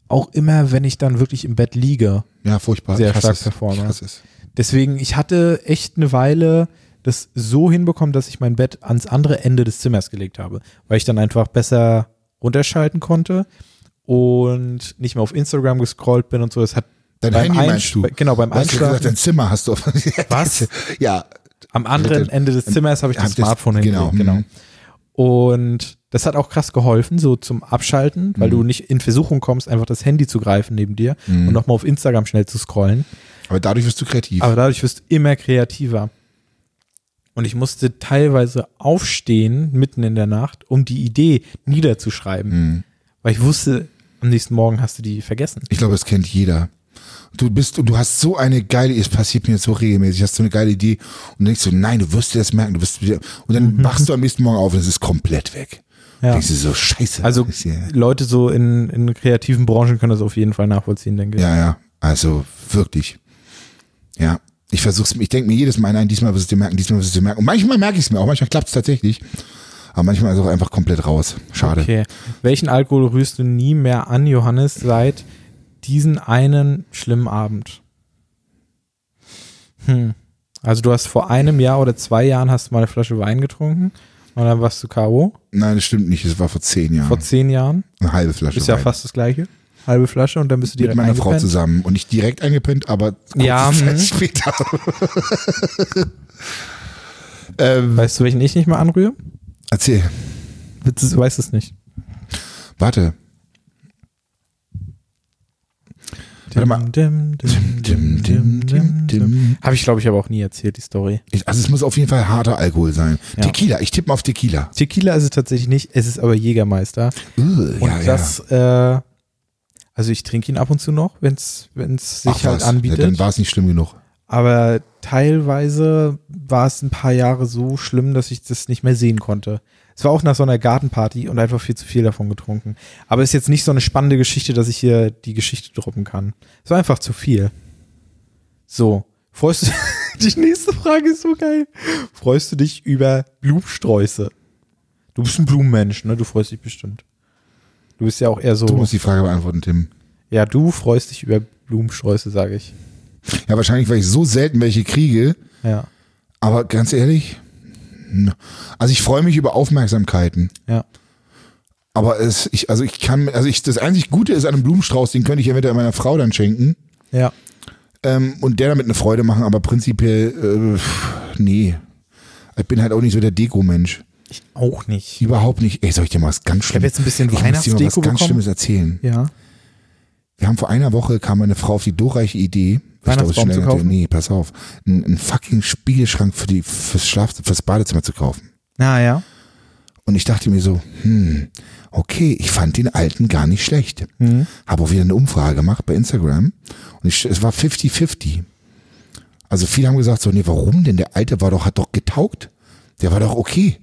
auch immer, wenn ich dann wirklich im Bett liege, Ja, furchtbar. Sehr Ich hasse stark es. Performer. Ich hasse es. Deswegen, ich hatte echt eine Weile das so hinbekommen, dass ich mein Bett ans andere Ende des Zimmers gelegt habe, weil ich dann einfach besser runterschalten konnte und nicht mehr auf Instagram gescrollt bin und so. Das hat Dein beim Handy Einsch- meinst du? bei- Genau, beim Du hast gesagt, Einschlafen. dein Zimmer hast du. auf- Was? ja. Am anderen Bitte. Ende des Zimmers habe ich das Habt ihr- Smartphone ähm, genau, hingelegt. Genau. mhm. Und das hat auch krass geholfen, so zum Abschalten, Mhm. weil du nicht in Versuchung kommst, einfach das Handy zu greifen neben dir und nochmal auf Instagram schnell zu scrollen. Aber dadurch wirst du kreativ. Aber dadurch wirst du immer kreativer. Und ich musste teilweise aufstehen, mitten in der Nacht, um die Idee niederzuschreiben. Mhm. Weil ich wusste, am nächsten Morgen hast du die vergessen. Ich glaube, das kennt jeder. Du bist, du hast so eine geile, es passiert mir so regelmäßig, hast so eine geile Idee und denkst so, nein, du wirst dir das merken, du wirst wieder, und dann wachst du am nächsten Morgen auf und es ist komplett weg. Mhm. Ja. Denkst du so, scheiße. Also ist hier- Leute so in, in kreativen Branchen können das auf jeden Fall nachvollziehen, denke ich. ja, ja, also wirklich. Ja, ich versuch's, ich denke mir jedes Mal, nein, diesmal wirst du dir merken, diesmal wirst du dir merken. Und manchmal merke ich es mir auch, manchmal klappt es tatsächlich. Aber manchmal ist es auch einfach komplett raus. Schade. Okay. Welchen Alkohol rührst du nie mehr an, Johannes, seit diesen einen schlimmen Abend? Hm. Also du hast vor einem Jahr oder zwei Jahren hast du mal eine Flasche Wein getrunken und dann warst du K.O. Nein, das stimmt nicht, es war vor zehn Jahren. vor zehn Jahren. Eine halbe Flasche. Ist ja Wein. fast das gleiche. Halbe Flasche und dann bist du mit direkt meiner Frau eingepennt. zusammen und nicht direkt eingepinnt, aber kurze Ja, Zeit mhm. später. ähm, Weißt du, welchen ich nicht mehr anrühre? erzähl, Willst du- Du weißt es nicht. warte. Warte mal. Dim, dim, dim, dim, dim, dim. Habe ich, glaube ich, aber auch nie erzählt, die Story. Ich, also es muss auf jeden Fall harter Alkohol sein. Ja. Tequila, ich tippe mal auf Tequila. Tequila ist es tatsächlich nicht, es ist aber Jägermeister. Uh, Und ja, das, äh, also ich trinke ihn ab und zu noch, wenn es sich Ach halt was, Ja, anbietet. dann war es nicht schlimm genug. aber teilweise war es ein paar Jahre so schlimm, dass ich das nicht mehr sehen konnte. Es war auch nach so einer Gartenparty und einfach viel zu viel davon getrunken. Aber ist jetzt nicht so eine spannende Geschichte, dass ich hier die Geschichte droppen kann. Es war einfach zu viel. So, freust du Die nächste Frage ist so geil. Freust du dich über Blumensträuße? Du bist ein Blumenmensch, ne? Du freust dich bestimmt. Du bist ja auch eher so. Du musst die Frage beantworten, Tim. ja, du freust dich über Blumensträuße, sage ich. Ja, wahrscheinlich, weil ich so selten welche kriege, Ja, aber ganz ehrlich, n- also ich freue mich über Aufmerksamkeiten. ja. Aber es, ich, also ich kann, also ich, das einzig Gute ist an einem Blumenstrauß, den könnte ich entweder meiner Frau dann schenken Ja. ähm, und der damit eine Freude machen, aber prinzipiell, äh, pff, nee. Ich bin halt auch nicht so der Deko-Mensch. Ich auch nicht. Überhaupt nicht. Ey, soll ich dir mal was ganz Ich habe Schlimmes jetzt ein bisschen Ich muss dir mal was Weihnachtsdeko ganz bekommen. Schlimmes erzählen. Ja. Wir haben vor einer Woche kam eine Frau auf die glorreiche Idee, ich glaube, es ist Weihnachtsbaum schnell zu natürlich- kaufen? nee, pass auf, einen, einen fucking Spiegelschrank für die, fürs Schlaf, fürs Badezimmer zu kaufen. Na ja. Und ich dachte mir so, hm, okay, ich fand den alten gar nicht schlecht. Mhm. Habe auch wieder eine Umfrage gemacht bei Instagram und ich, es war 50-50. Also viele haben gesagt so, nee, warum denn? Der alte war doch, hat doch getaugt. Der war doch okay.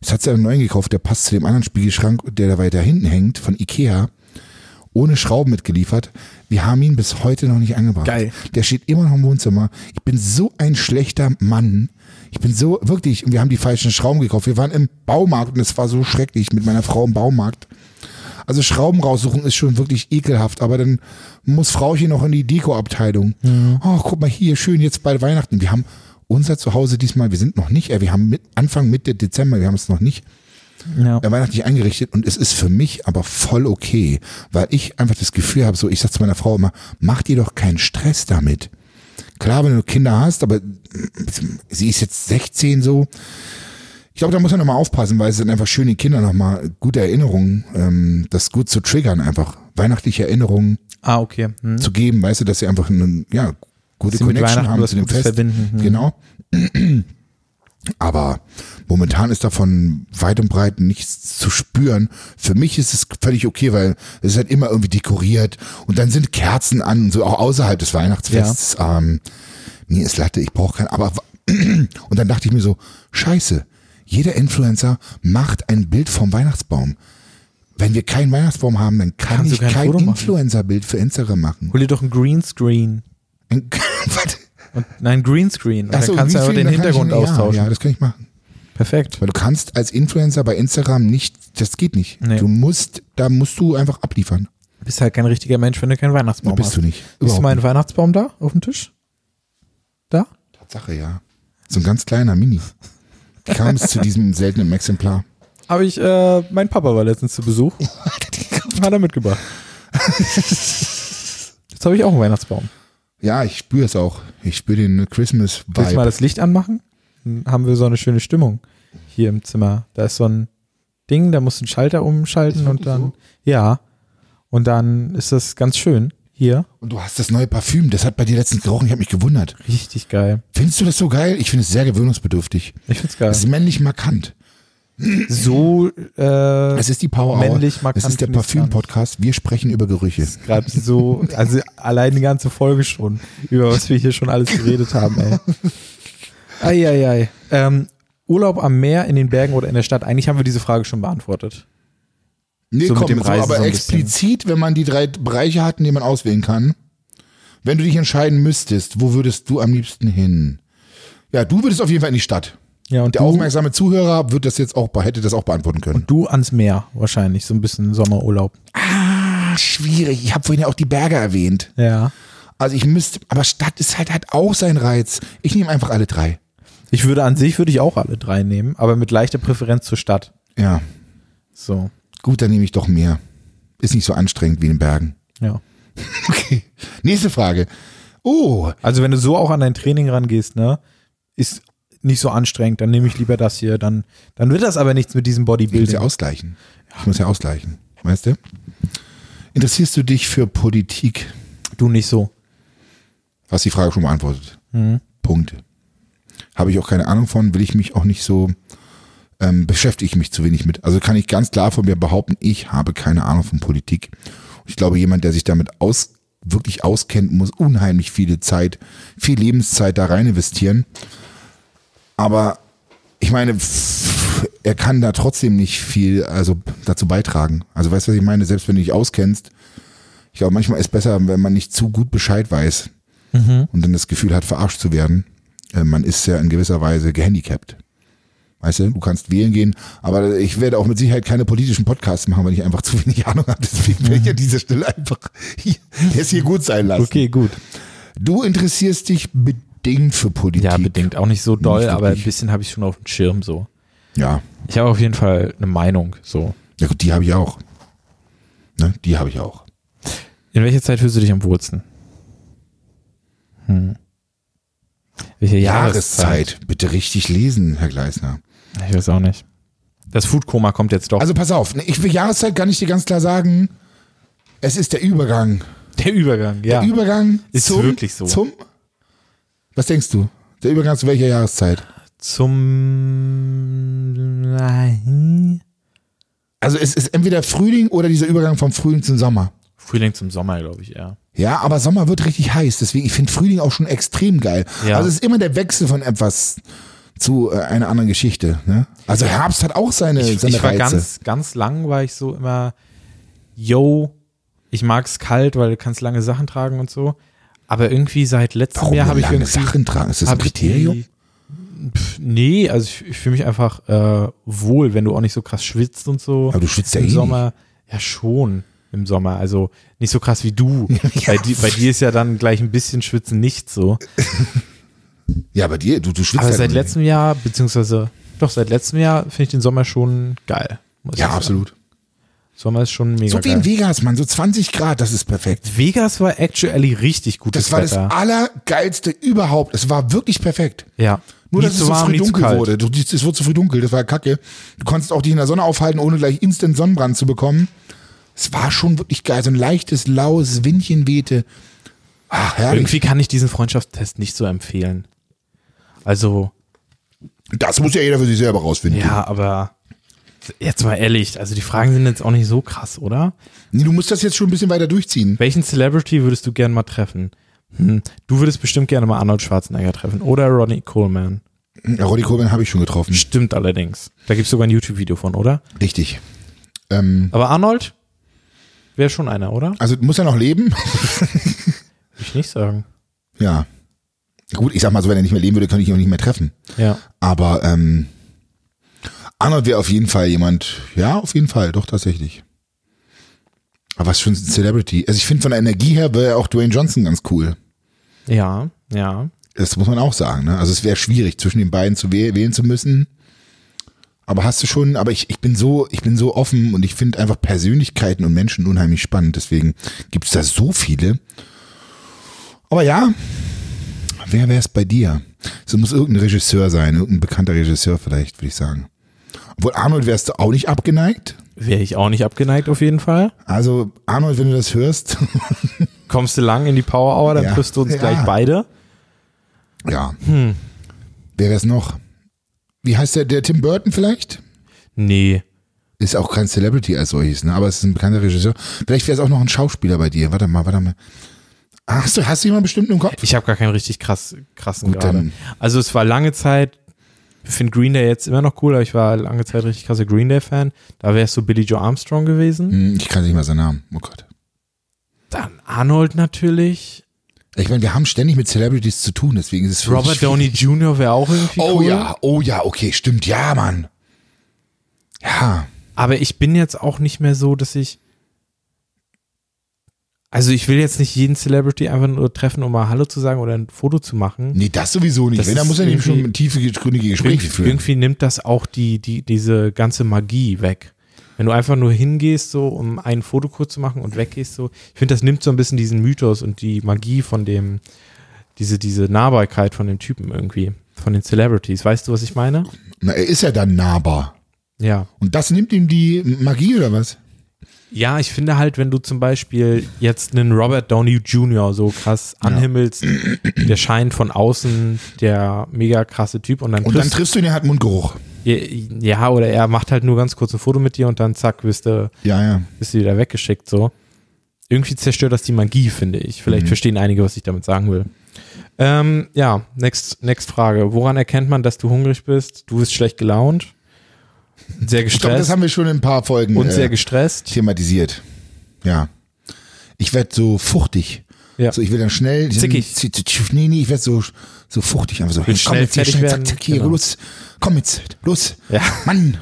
Jetzt hat sie einen neuen gekauft, der passt zu dem anderen Spiegelschrank, der da weiter hinten hängt, von Ikea. Ohne Schrauben mitgeliefert. Wir haben ihn bis heute noch nicht angebracht. Geil. Der steht immer noch im Wohnzimmer. Ich bin so ein schlechter Mann. Ich bin so, wirklich, und wir haben die falschen Schrauben gekauft. Wir waren im Baumarkt und es war so schrecklich mit meiner Frau im Baumarkt. Also Schrauben raussuchen ist schon wirklich ekelhaft, aber dann muss Frauchen noch in die Dekoabteilung. Oh, guck mal hier, schön jetzt bei Weihnachten. Wir haben unser Zuhause diesmal, wir sind noch nicht, äh, wir haben mit, Anfang Mitte Dezember, wir haben es noch nicht Ja. äh, weihnachtlich eingerichtet und es ist für mich aber voll okay, weil ich einfach das Gefühl habe, so ich sag zu meiner Frau immer, mach dir doch keinen Stress damit. Klar, wenn du Kinder hast, aber sie ist jetzt 16 so. Ich glaube, da muss man nochmal aufpassen, weil es sind einfach schöne Kinder nochmal gute Erinnerungen, ähm, das gut zu triggern einfach. Weihnachtliche Erinnerungen Ah, okay. Hm. zu geben, weißt du, dass sie einfach eine ja, gute Sie mit Connection Weihnachten haben was zu dem Gutes Fest. verbinden, hm. Genau. Aber momentan ist davon weit und breit nichts zu spüren. Für mich ist es völlig okay, weil es ist halt immer irgendwie dekoriert und dann sind Kerzen an, und so auch außerhalb des Weihnachtsfests. Ähm, nee, ist Latte, ich brauche keinen. Aber und dann dachte ich mir so, scheiße, jeder Influencer macht ein Bild vom Weihnachtsbaum. Wenn wir keinen Weihnachtsbaum haben, dann kann Kannst du ich kein kein Foto machen. Influencer-Bild für Instagram machen. Hol dir doch ein Greenscreen. Ein- Warte. Und, nein, Greenscreen. Und Ach so, dann kannst du wie aber viel? den Dann kann ich- Hintergrund ja, austauschen. Ja, das kann ich machen. Perfekt. Weil du kannst als Influencer bei Instagram nicht, das geht nicht. Nee. Du musst, da musst du einfach abliefern. Du bist halt kein richtiger Mensch, wenn du keinen Da Weihnachtsbaum bist hast. du nicht. Siehst du Überhaupt meinen Weihnachtsbaum da auf dem Tisch? Da? nicht. Tatsache, ja. So ein ganz kleiner Mini. Wie kam es zu diesem seltenen Exemplar? Habe ich, äh, mein Papa war letztens zu Besuch. Hat er mitgebracht. Jetzt habe ich auch einen Weihnachtsbaum. Ja, ich spüre es auch. Ich spüre den Willst du mal Christmas-Vibe. das Licht anmachen? Dann haben wir so eine schöne Stimmung hier im Zimmer. Da ist so ein Ding, da musst du einen Schalter umschalten und dann, ja. Und dann ist das ganz schön hier. Und du hast das neue Parfüm, das hat bei dir letztens gerochen, ich habe mich gewundert. Richtig geil. Findest du das so geil? Ich finde es sehr gewöhnungsbedürftig. Ich find's geil. Es ist männlich markant. so äh, Es ist die Power Hour. Männlich markant Es ist der finde ich's gar nicht. Parfüm-Podcast. Wir sprechen über Gerüche. gerade so, also allein die ganze Folge schon, über was wir hier schon alles geredet haben, ey. Eieiei. Ei, ei. ähm, Urlaub am Meer, in den Bergen oder in der Stadt? Eigentlich haben wir diese Frage schon beantwortet. Nee, So mit komm, dem Reisen so, aber so ein bisschen. explizit, wenn man die drei Bereiche hat, in denen man auswählen kann. Wenn du dich entscheiden müsstest, wo würdest du am liebsten hin? Ja, du würdest auf jeden Fall in die Stadt. Ja, und Der du, aufmerksame Zuhörer wird das jetzt auch, be- hätte das auch beantworten können. du ans Meer wahrscheinlich, so ein bisschen Sommerurlaub. Ah, schwierig. Ich habe vorhin ja auch die Berge erwähnt. Ja. Also ich müsste, aber Stadt ist halt, hat auch seinen Reiz. Ich nehme einfach alle drei. Ich würde an sich, würde ich auch alle drei nehmen, aber mit leichter Präferenz zur Stadt. Ja, So, gut, dann nehme ich doch mehr. Ist nicht so anstrengend wie in den Bergen. ja. Okay. Nächste Frage. Oh, Also wenn du so auch an dein Training rangehst, ne, ist nicht so anstrengend, dann nehme ich lieber das hier, dann, dann wird das aber nichts mit diesem Ich muss Bodybuilding. ja ausgleichen. Ich muss ja ausgleichen. Weißt du? Interessierst du dich für Politik? Du nicht so. Hast die Frage schon beantwortet. Punkt. Habe ich auch keine Ahnung von, will ich mich auch nicht so, ähm, beschäftige ich mich zu wenig mit. Also kann ich ganz klar von mir behaupten, ich habe keine Ahnung von Politik. Und Ich glaube, jemand, der sich damit aus, wirklich auskennt, muss unheimlich viele Zeit, viel Lebenszeit da rein investieren. Aber ich meine, pff, er kann da trotzdem nicht viel also dazu beitragen. Also weißt du, was ich meine? Selbst wenn du dich auskennst, ich glaube, manchmal ist besser, wenn man nicht zu gut Bescheid weiß Mhm. und dann das Gefühl hat, verarscht zu werden. Äh, Man ist ja in gewisser Weise gehandicapt. Weißt du, du kannst wählen gehen, aber ich werde auch mit Sicherheit keine politischen Podcasts machen, wenn ich einfach zu wenig Ahnung habe. Deswegen werde ich an dieser Stelle einfach hier, es hier gut sein lassen. Mhm. Okay, gut. Du interessierst dich bedingt für Politik. Ja, bedingt. Auch nicht so doll, Nicht aber ein wirklich. bisschen habe ich schon auf dem Schirm so. Ja, Ich habe auf jeden Fall eine Meinung so. ja gut, die habe ich auch. Ne, die habe ich auch. In welcher Zeit fühlst du dich am wohlsten? Hm. Welche Jahreszeit? Jahreszeit. Bitte richtig lesen, Herr Gleisner. Ich weiß auch nicht. Das Foodkoma kommt jetzt doch. Also pass auf, ne, ich will Jahreszeit kann ich dir ganz klar sagen, es ist der Übergang. der Übergang, ja. Der Übergang Ist zum, wirklich so. zum Was denkst du? Der Übergang zu welcher Jahreszeit? Zum. Nein. Also es ist entweder Frühling oder dieser Übergang vom Frühling zum Sommer. Frühling zum Sommer, glaube ich, ja. Ja, aber Sommer wird richtig heiß, deswegen ich finde Frühling auch schon extrem geil. Ja. Also es ist immer der Wechsel von etwas zu äh, einer anderen Geschichte. Ne? Also Herbst hat auch seine, Ich, seine ich war Reize. ganz, ganz lang, war ich so immer, yo, ich mag's kalt, weil du kannst lange Sachen tragen und so. Aber irgendwie seit letztem Warum Jahr habe ich lange irgendwie. Sachen tragen? Ist das ein hab ich Kriterium? die- Pff, nee, also ich, ich fühle mich einfach äh, wohl, wenn du auch nicht so krass schwitzt und so. Aber du schwitzt ja Im eh nicht. Sommer, ja schon im Sommer. Also nicht so krass wie du. Bei, di bei dir ist ja dann gleich ein bisschen Schwitzen nicht so. Ja, bei dir, du, du schwitzt Aber halt seit nur. letztem Jahr, beziehungsweise doch seit letztem Jahr, finde ich den Sommer schon geil. muss ich Ja, sagen. absolut. Sommer ist schon mega So wie geil. in Vegas, Mann, so 20 Grad, das ist perfekt. Vegas war actually richtig gutes Das war das Wetter. Allergeilste überhaupt. Es war wirklich perfekt. ja. Nur, Nie dass es so warm, früh nie dunkel kalt. wurde. Du, die- es wurde zu früh dunkel, das war kacke. Du konntest auch dich in der Sonne aufhalten, ohne gleich instant Sonnenbrand zu bekommen. Es war schon wirklich geil. So ein leichtes, laues Windchen wehte. Ach, herrlich. Irgendwie kann ich diesen Freundschaftstest nicht so empfehlen. Also, Das muss ja jeder für sich selber rausfinden. ja, aber jetzt mal ehrlich, also die Fragen sind jetzt auch nicht so krass, oder? Nee, Du musst das jetzt schon ein bisschen weiter durchziehen. Welchen Celebrity würdest du gern mal treffen? Hm, du würdest bestimmt gerne mal Arnold Schwarzenegger treffen oder Ronnie Coleman. Ja, Roddy Coleman habe ich schon getroffen. Stimmt allerdings. Da gibt's sogar ein YouTube-Video von, oder? Richtig. Ähm, Aber Arnold wäre schon einer, oder? also muss er noch leben? Würde ich nicht sagen. ja. Gut, ich sag mal so, wenn er nicht mehr leben würde, könnte ich ihn auch nicht mehr treffen. Ja. Aber ähm, Arnold wäre auf jeden Fall jemand. Ja, auf jeden Fall, doch tatsächlich. Aber was für ein Celebrity. Also ich finde von der Energie her wäre auch Dwayne Johnson ganz cool. Ja, ja. Das muss man auch sagen. Ne? Also es wäre schwierig zwischen den beiden zu wäh wählen zu müssen. Aber hast du schon? Aber ich, ich bin so ich bin so offen und ich finde einfach Persönlichkeiten und Menschen unheimlich spannend. Deswegen gibt es da so viele. Aber ja, wer wäre es bei dir? Es muss irgendein Regisseur sein, irgendein bekannter Regisseur vielleicht, würde ich sagen. Obwohl Arnold wärst du auch nicht abgeneigt. Wäre ich auch nicht abgeneigt auf jeden Fall. Also Arnold, wenn du das hörst, Kommst du lang in die Power Hour, dann Ja. triffst du uns Ja. gleich beide. ja. Wer wäre es noch? Wie heißt der? Der Tim Burton vielleicht? Nee. Ist auch kein Celebrity als solches, ne? Aber es ist ein bekannter Regisseur. Vielleicht wäre es auch noch ein Schauspieler bei dir. Warte mal, warte mal. Hast du, hast du jemanden bestimmt im Kopf? Ich habe gar keinen richtig krass, krassen Gut, gerade. dann- Also es war lange Zeit, ich finde Green Day jetzt immer noch cool, aber ich war lange Zeit richtig krasser Green Day-Fan. Da wärst du Billy Joe Armstrong gewesen. Hm, Ich kann nicht mal seinen Namen. Oh Gott. Dann Arnold natürlich. Ich meine, wir haben ständig mit Celebrities zu tun, deswegen ist es für Robert uns schwierig. Downey Jr. wäre auch irgendwie Oh cool. ja, oh ja, okay, stimmt. Ja, Mann. Ja. Aber ich bin jetzt auch nicht mehr so, dass ich. Also ich will jetzt nicht jeden Celebrity einfach nur treffen, um mal Hallo zu sagen oder ein Foto zu machen. Nee, das sowieso nicht. Das Wenn, dann ist muss er nämlich irgendwie- schon tiefgründige Gespräche irgendwie, führen. irgendwie nimmt das auch die, die, diese ganze Magie weg. Wenn du einfach nur hingehst, so, um ein Foto kurz zu machen und weggehst, so. Ich finde, das nimmt so ein bisschen diesen Mythos und die Magie von dem, diese, diese Nahbarkeit von dem Typen irgendwie, von den Celebrities. Weißt du, was ich meine? Na, er ist ja dann nahbar. Ja. Und das nimmt ihm die Magie oder was? Ja, ich finde halt, wenn du zum Beispiel jetzt einen Robert Downey Jr. so krass anhimmelst, der scheint von außen der mega krasse Typ und dann, Und dann triffst- triffst du ihn, er hat Mundgeruch. ja, oder er macht halt nur ganz kurz ein Foto mit dir und dann zack, wirst du Ja, ja. ist sie wieder weggeschickt so. Irgendwie zerstört das die Magie, finde ich. Vielleicht Mhm. verstehen einige, was ich damit sagen will. Ähm, ja, next, next Frage. Woran erkennt man, dass du hungrig bist? Du bist schlecht gelaunt, Ich sehr glaube, das gestresst haben wir schon in ein paar Folgen. und sehr äh, gestresst. thematisiert. Ja. Ich werde so fuchtig. Ja. So, ich will dann schnell. Zickig. Z- z- z- Nee, nee, ich werde so, so fuchtig. Einfach so, hey, komm schnell jetzt hier, fertig schnell, zack, werden. zack, hier, Genau. los. Komm jetzt, los. Ja. Mann.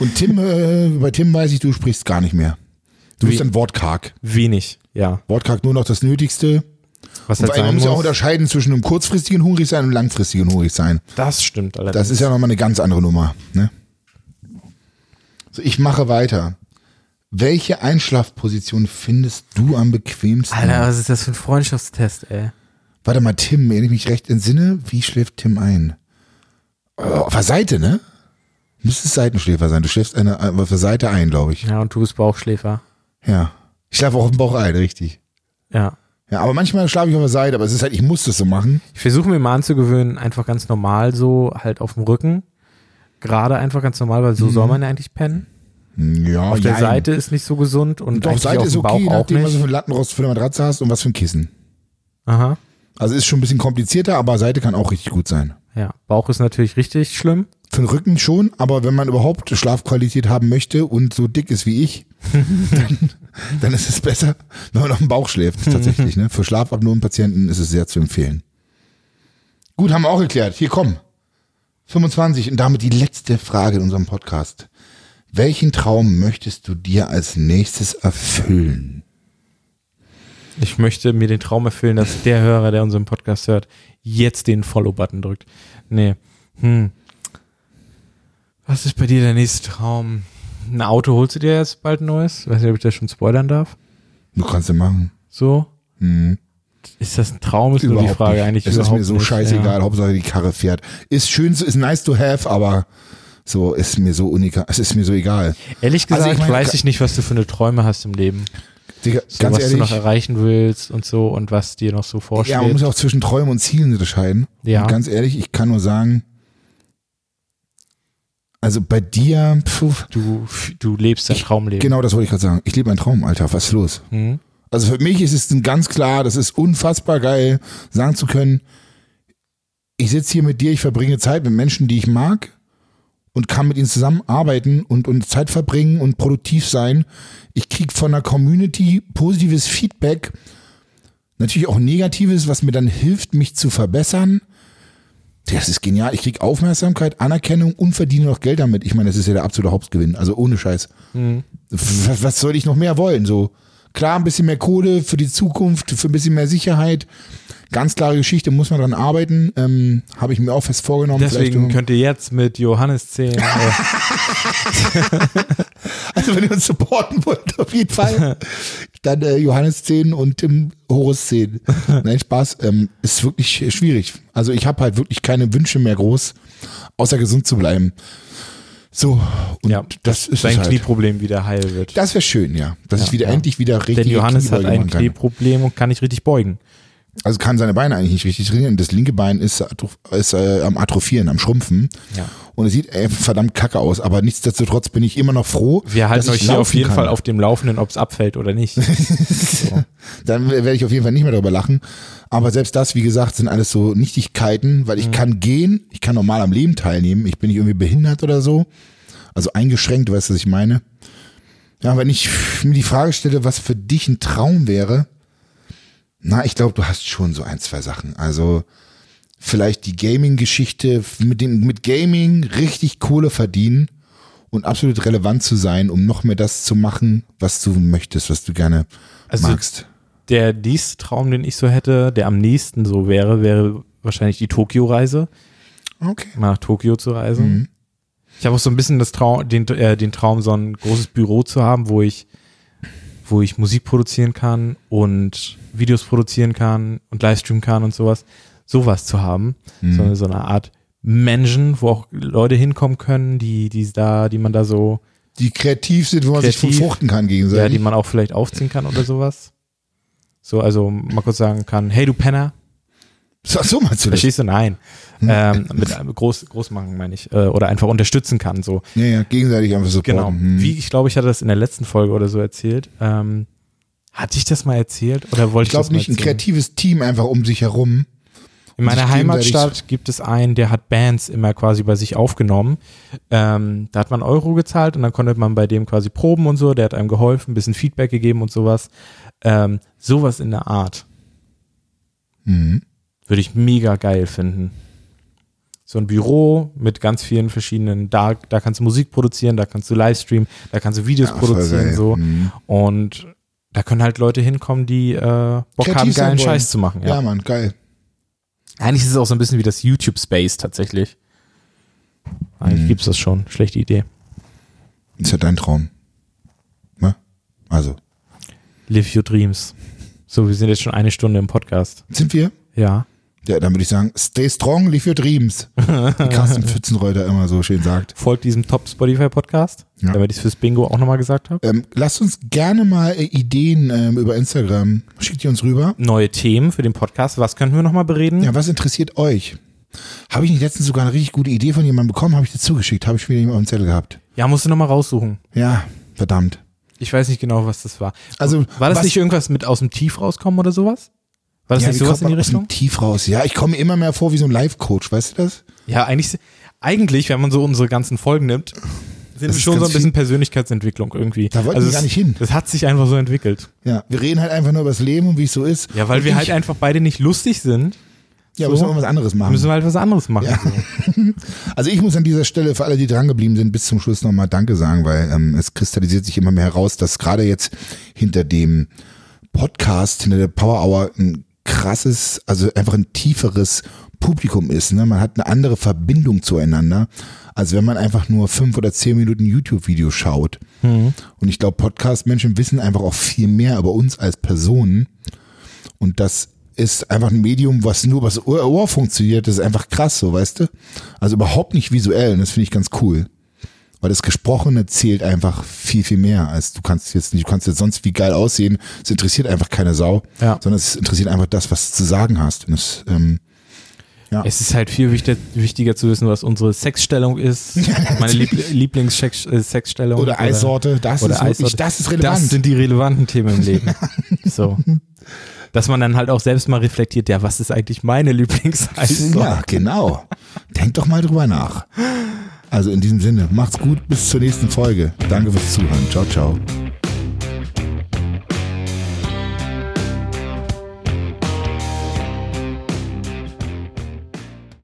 Und Tim, äh, bei Tim weiß ich, du sprichst gar nicht mehr. Du bist dann wortkarg. Wenig, ja. Wortkarg nur noch das Nötigste. Was Und halt vor allem, man sein muss ja auch muss, unterscheiden zwischen einem kurzfristigen hungrig sein und einem langfristigen hungrig sein. das stimmt allerdings. Das ist ja nochmal eine ganz andere Nummer. Ne? So, ich mache weiter. Welche Einschlafposition findest du am bequemsten? Alter, was ist das für ein Freundschaftstest, ey? Warte mal, Tim, wenn ich mich recht entsinne, wie schläft Tim ein? Äh, Auf der Oh, Seite, ne? Müsste es Seitenschläfer sein. Du schläfst eine, äh, auf der Seite ein, glaube ich. Ja, und du bist Bauchschläfer. Ja. Ich schlafe auch auf dem Bauch ein, richtig. Ja. Ja, aber manchmal schlafe ich auf der Seite, aber es ist halt, ich muss das so machen. Ich versuche mir mal anzugewöhnen, einfach ganz normal so, halt auf dem Rücken. Gerade einfach ganz normal, weil so soll man ja eigentlich pennen. Mhm. Hm, Ja, Auf der jein. Seite ist nicht so gesund und Doch, eigentlich Seite auf dem ist Bauch okay, je auch nachdem, was du für nicht. einen Lattenrost für eine Matratze hast und was für ein Kissen. Aha. Also ist schon ein bisschen komplizierter, aber Seite kann auch richtig gut sein. Ja, Bauch ist natürlich richtig schlimm. Für den Rücken schon, aber wenn man überhaupt Schlafqualität haben möchte und so dick ist wie ich, dann, dann ist es besser, wenn man auf dem Bauch schläft, tatsächlich. Ne? Für Schlafapnoe-Patienten ist es sehr zu empfehlen. Gut, haben wir auch geklärt. Hier komm. 25 und damit die letzte Frage in unserem Podcast. Welchen Traum möchtest du dir als nächstes erfüllen? Ich möchte mir den Traum erfüllen, dass der Hörer, der unseren Podcast hört, jetzt den Follow-Button drückt. Nee. Hm. Was ist bei dir der nächste Traum? Ein Auto holst du dir jetzt bald ein neues? Weiß nicht, ob ich das schon spoilern darf. Du kannst ja machen. So? Hm. Ist das ein Traum? Ist nur die Frage nicht. eigentlich. Es ist überhaupt mir so nicht. scheißegal, Hauptsache die Karre fährt. Ist schön, so- ist nice to have, aber so ist mir so unika, es ist mir so egal. Ja. Ehrlich Also gesagt, ich meine, weiß ich nicht, was du für eine Träume hast im Leben. Digga, So, ganz was du noch ehrlich, erreichen willst und so und was dir noch so ja, man vorschwebt. muss auch zwischen Träumen und Zielen unterscheiden. Ja. Und ganz ehrlich, ich kann nur sagen, also bei dir, pf, du, du lebst dein Traumleben. genau das wollte ich gerade sagen. Ich lebe meinen Traum, Alter, was ist los? Hm? Also für mich ist es ein ganz klar, das ist unfassbar geil, sagen zu können, ich sitze hier mit dir, ich verbringe Zeit mit Menschen, die ich mag und kann mit ihnen zusammenarbeiten und, und Zeit verbringen und produktiv sein. Ich kriege von der Community positives Feedback, natürlich auch negatives, was mir dann hilft, mich zu verbessern. Das ist genial. Ich kriege Aufmerksamkeit, Anerkennung und verdiene noch Geld damit. Ich meine, das ist ja der absolute Hauptgewinn. Also ohne Scheiß was was soll ich noch mehr wollen? So klar, ein bisschen mehr Kohle für die Zukunft, für ein bisschen mehr Sicherheit. Ganz klare Geschichte, muss man dran arbeiten. Ähm, Habe ich mir auch fest vorgenommen. Deswegen Vielleicht, könnt ihr jetzt mit Johannes 10 äh, also wenn ihr uns supporten wollt, auf jeden Fall. Dann äh, Johannes 10 und Tim Horus 10. Nein, Spaß. Ähm, ist wirklich schwierig. Also ich habe halt wirklich keine Wünsche mehr groß, außer gesund zu bleiben. So, und ja, das ist es sein halt. Knieproblem wieder heil wird. Das wäre schön, ja. Dass ich wieder ja. endlich wieder richtig Denn Johannes hat ein kann. Knieproblem und kann nicht richtig beugen. also kann seine Beine eigentlich nicht richtig trainieren. Das linke Bein ist, atro- ist äh, am Atrophieren, am Schrumpfen. Ja. Und es sieht äh, verdammt kacke aus. Aber nichtsdestotrotz bin ich immer noch froh. Wir halten dass euch ich hier auf laufen jeden kann. Fall auf dem Laufenden, ob es abfällt oder nicht. Dann werde ich auf jeden Fall nicht mehr darüber lachen. Aber selbst das, wie gesagt, sind alles so Nichtigkeiten, weil ich kann gehen, ich kann normal am Leben teilnehmen. Ich bin nicht irgendwie behindert oder so. Also eingeschränkt, du weißt du, was ich meine? Ja, wenn ich mir die Frage stelle, was für dich ein Traum wäre, na, ich glaube, du hast schon so ein, zwei Sachen. Also vielleicht die Gaming-Geschichte, mit, dem- mit Gaming richtig Kohle verdienen und absolut relevant zu sein, um noch mehr das zu machen, was du möchtest, was du gerne Also magst. Der nächste Traum, den ich so hätte, der am nächsten so wäre, wäre wahrscheinlich die Tokio-Reise, Okay. mal nach Tokio zu reisen. Ich habe auch so ein bisschen das Traum, den, äh, den Traum, so ein großes Büro zu haben, wo ich, wo ich Musik produzieren kann und Videos produzieren kann und Livestreamen kann und sowas. Sowas zu haben. So, eine- so eine Art Menschen, wo auch Leute hinkommen können, die, die da, die man da so, Die kreativ sind, wo man sich Kreativ. verfruchten kann ja, die gegenseitig. man auch vielleicht aufziehen kann oder sowas. So, also mal kurz sagen kann, hey du Penner, so, so mal zu verstehst du? Nein. Ähm, mit einem groß, groß machen, meine ich. Äh, oder einfach unterstützen kann. So, Ja, ja, gegenseitig einfach supporten. Genau. Hm. Wie ich glaube, ich hatte das in der letzten Folge oder so erzählt. Ähm, hatte ich das mal erzählt oder wollte ich ich, glaube das mal nicht, ein erzählen? kreatives Team einfach um sich herum. In meiner sich gegenseitig- Heimatstadt gibt es einen, der hat Bands immer quasi bei sich aufgenommen. Ähm, da hat man Euro gezahlt und dann konnte man bei dem quasi proben und so. Der hat einem geholfen, ein bisschen Feedback gegeben und sowas. Ähm, sowas in der Art Mhm. würde ich mega geil finden. So ein Büro mit ganz vielen verschiedenen, da, da kannst du Musik produzieren, da kannst du Livestream, da kannst du Videos Ja, voll produzieren, geil. so. Mhm. Und da können halt Leute hinkommen, die äh, Bock Kreativ haben, sein geilen wollen. Scheiß zu machen. Ja, Ja. Mann, geil. Eigentlich ist es auch so ein bisschen wie das YouTube-Space tatsächlich. Mhm. Eigentlich gibt's das schon. Schlechte Idee. Ist ja dein Traum. Ne? Also, Live your dreams. So, wir sind jetzt schon eine Stunde im Podcast. sind wir? Ja. Ja, dann würde ich sagen, stay strong, live your dreams. Wie Carsten Pfützenreuter immer so schön sagt. Folgt diesem Top Spotify Podcast, Ja. damit ich es fürs Bingo auch nochmal gesagt habe. Ähm, lasst uns gerne mal äh, Ideen ähm, über Instagram. Schickt die uns rüber. Neue Themen für den Podcast. Was könnten wir nochmal bereden? Ja, was interessiert euch? Habe ich nicht letztens sogar eine richtig gute Idee von jemandem bekommen? Habe ich dir zugeschickt? Habe ich wieder jemanden auf dem Zettel gehabt? Ja, musst du nochmal raussuchen. Ja, verdammt. Ich weiß nicht genau, was das war. Also, War das was, nicht irgendwas mit aus dem Tief rauskommen oder sowas? War das ja, nicht wie kommt sowas in die man aus dem Richtung? Tief raus. Ja, ich komme mir immer mehr vor wie so ein Live-Coach, weißt du das? Ja, eigentlich, eigentlich, wenn man so unsere ganzen Folgen nimmt, sind Das wir ist schon so ganz ein bisschen Persönlichkeitsentwicklung irgendwie. Also Da wollten wir gar es- nicht hin. Das hat sich einfach so entwickelt. Ja, wir reden halt einfach nur über das Leben und wie es so ist. Ja, weil und wir ich, halt einfach beide nicht lustig sind, ja, so- müssen wir mal was anderes machen. müssen wir halt was anderes machen. Ja. Also ich muss an dieser Stelle für alle, die dran geblieben sind, bis zum Schluss nochmal Danke sagen, weil ähm, es kristallisiert sich immer mehr heraus, dass gerade jetzt hinter dem Podcast, hinter der Power Hour ein krasses, also einfach ein tieferes Publikum ist. Ne? Man hat eine andere Verbindung zueinander, als wenn man einfach nur fünf oder zehn Minuten YouTube-Video schaut. Und ich glaube, Podcast-Menschen wissen einfach auch viel mehr über uns als Personen. Und das ist einfach ein Medium, was nur übers Ohr, Ohr funktioniert. Das ist einfach krass, so, weißt du? Also überhaupt nicht visuell. Und das finde ich ganz cool. Weil das Gesprochene zählt einfach viel, viel mehr als du kannst jetzt nicht, du kannst jetzt sonst wie geil aussehen. Es interessiert einfach keine Sau. Ja. Sondern es interessiert einfach das, was du zu sagen hast. Und es, ähm, Es ist halt viel wichtig, wichtiger zu wissen, was unsere Sexstellung ist, meine Lieb Lieblingssexstellung. oder Eissorte, das oder ist wirklich, Eissorte. das ist relevant. Das sind die relevanten Themen im Leben. so. Dass man dann halt auch selbst mal reflektiert, ja, was ist eigentlich meine ja, Lieblingseissorte? genau. Denk doch mal drüber nach. Also in diesem Sinne, macht's gut, bis zur nächsten Folge. Danke fürs Zuhören. Ciao, ciao.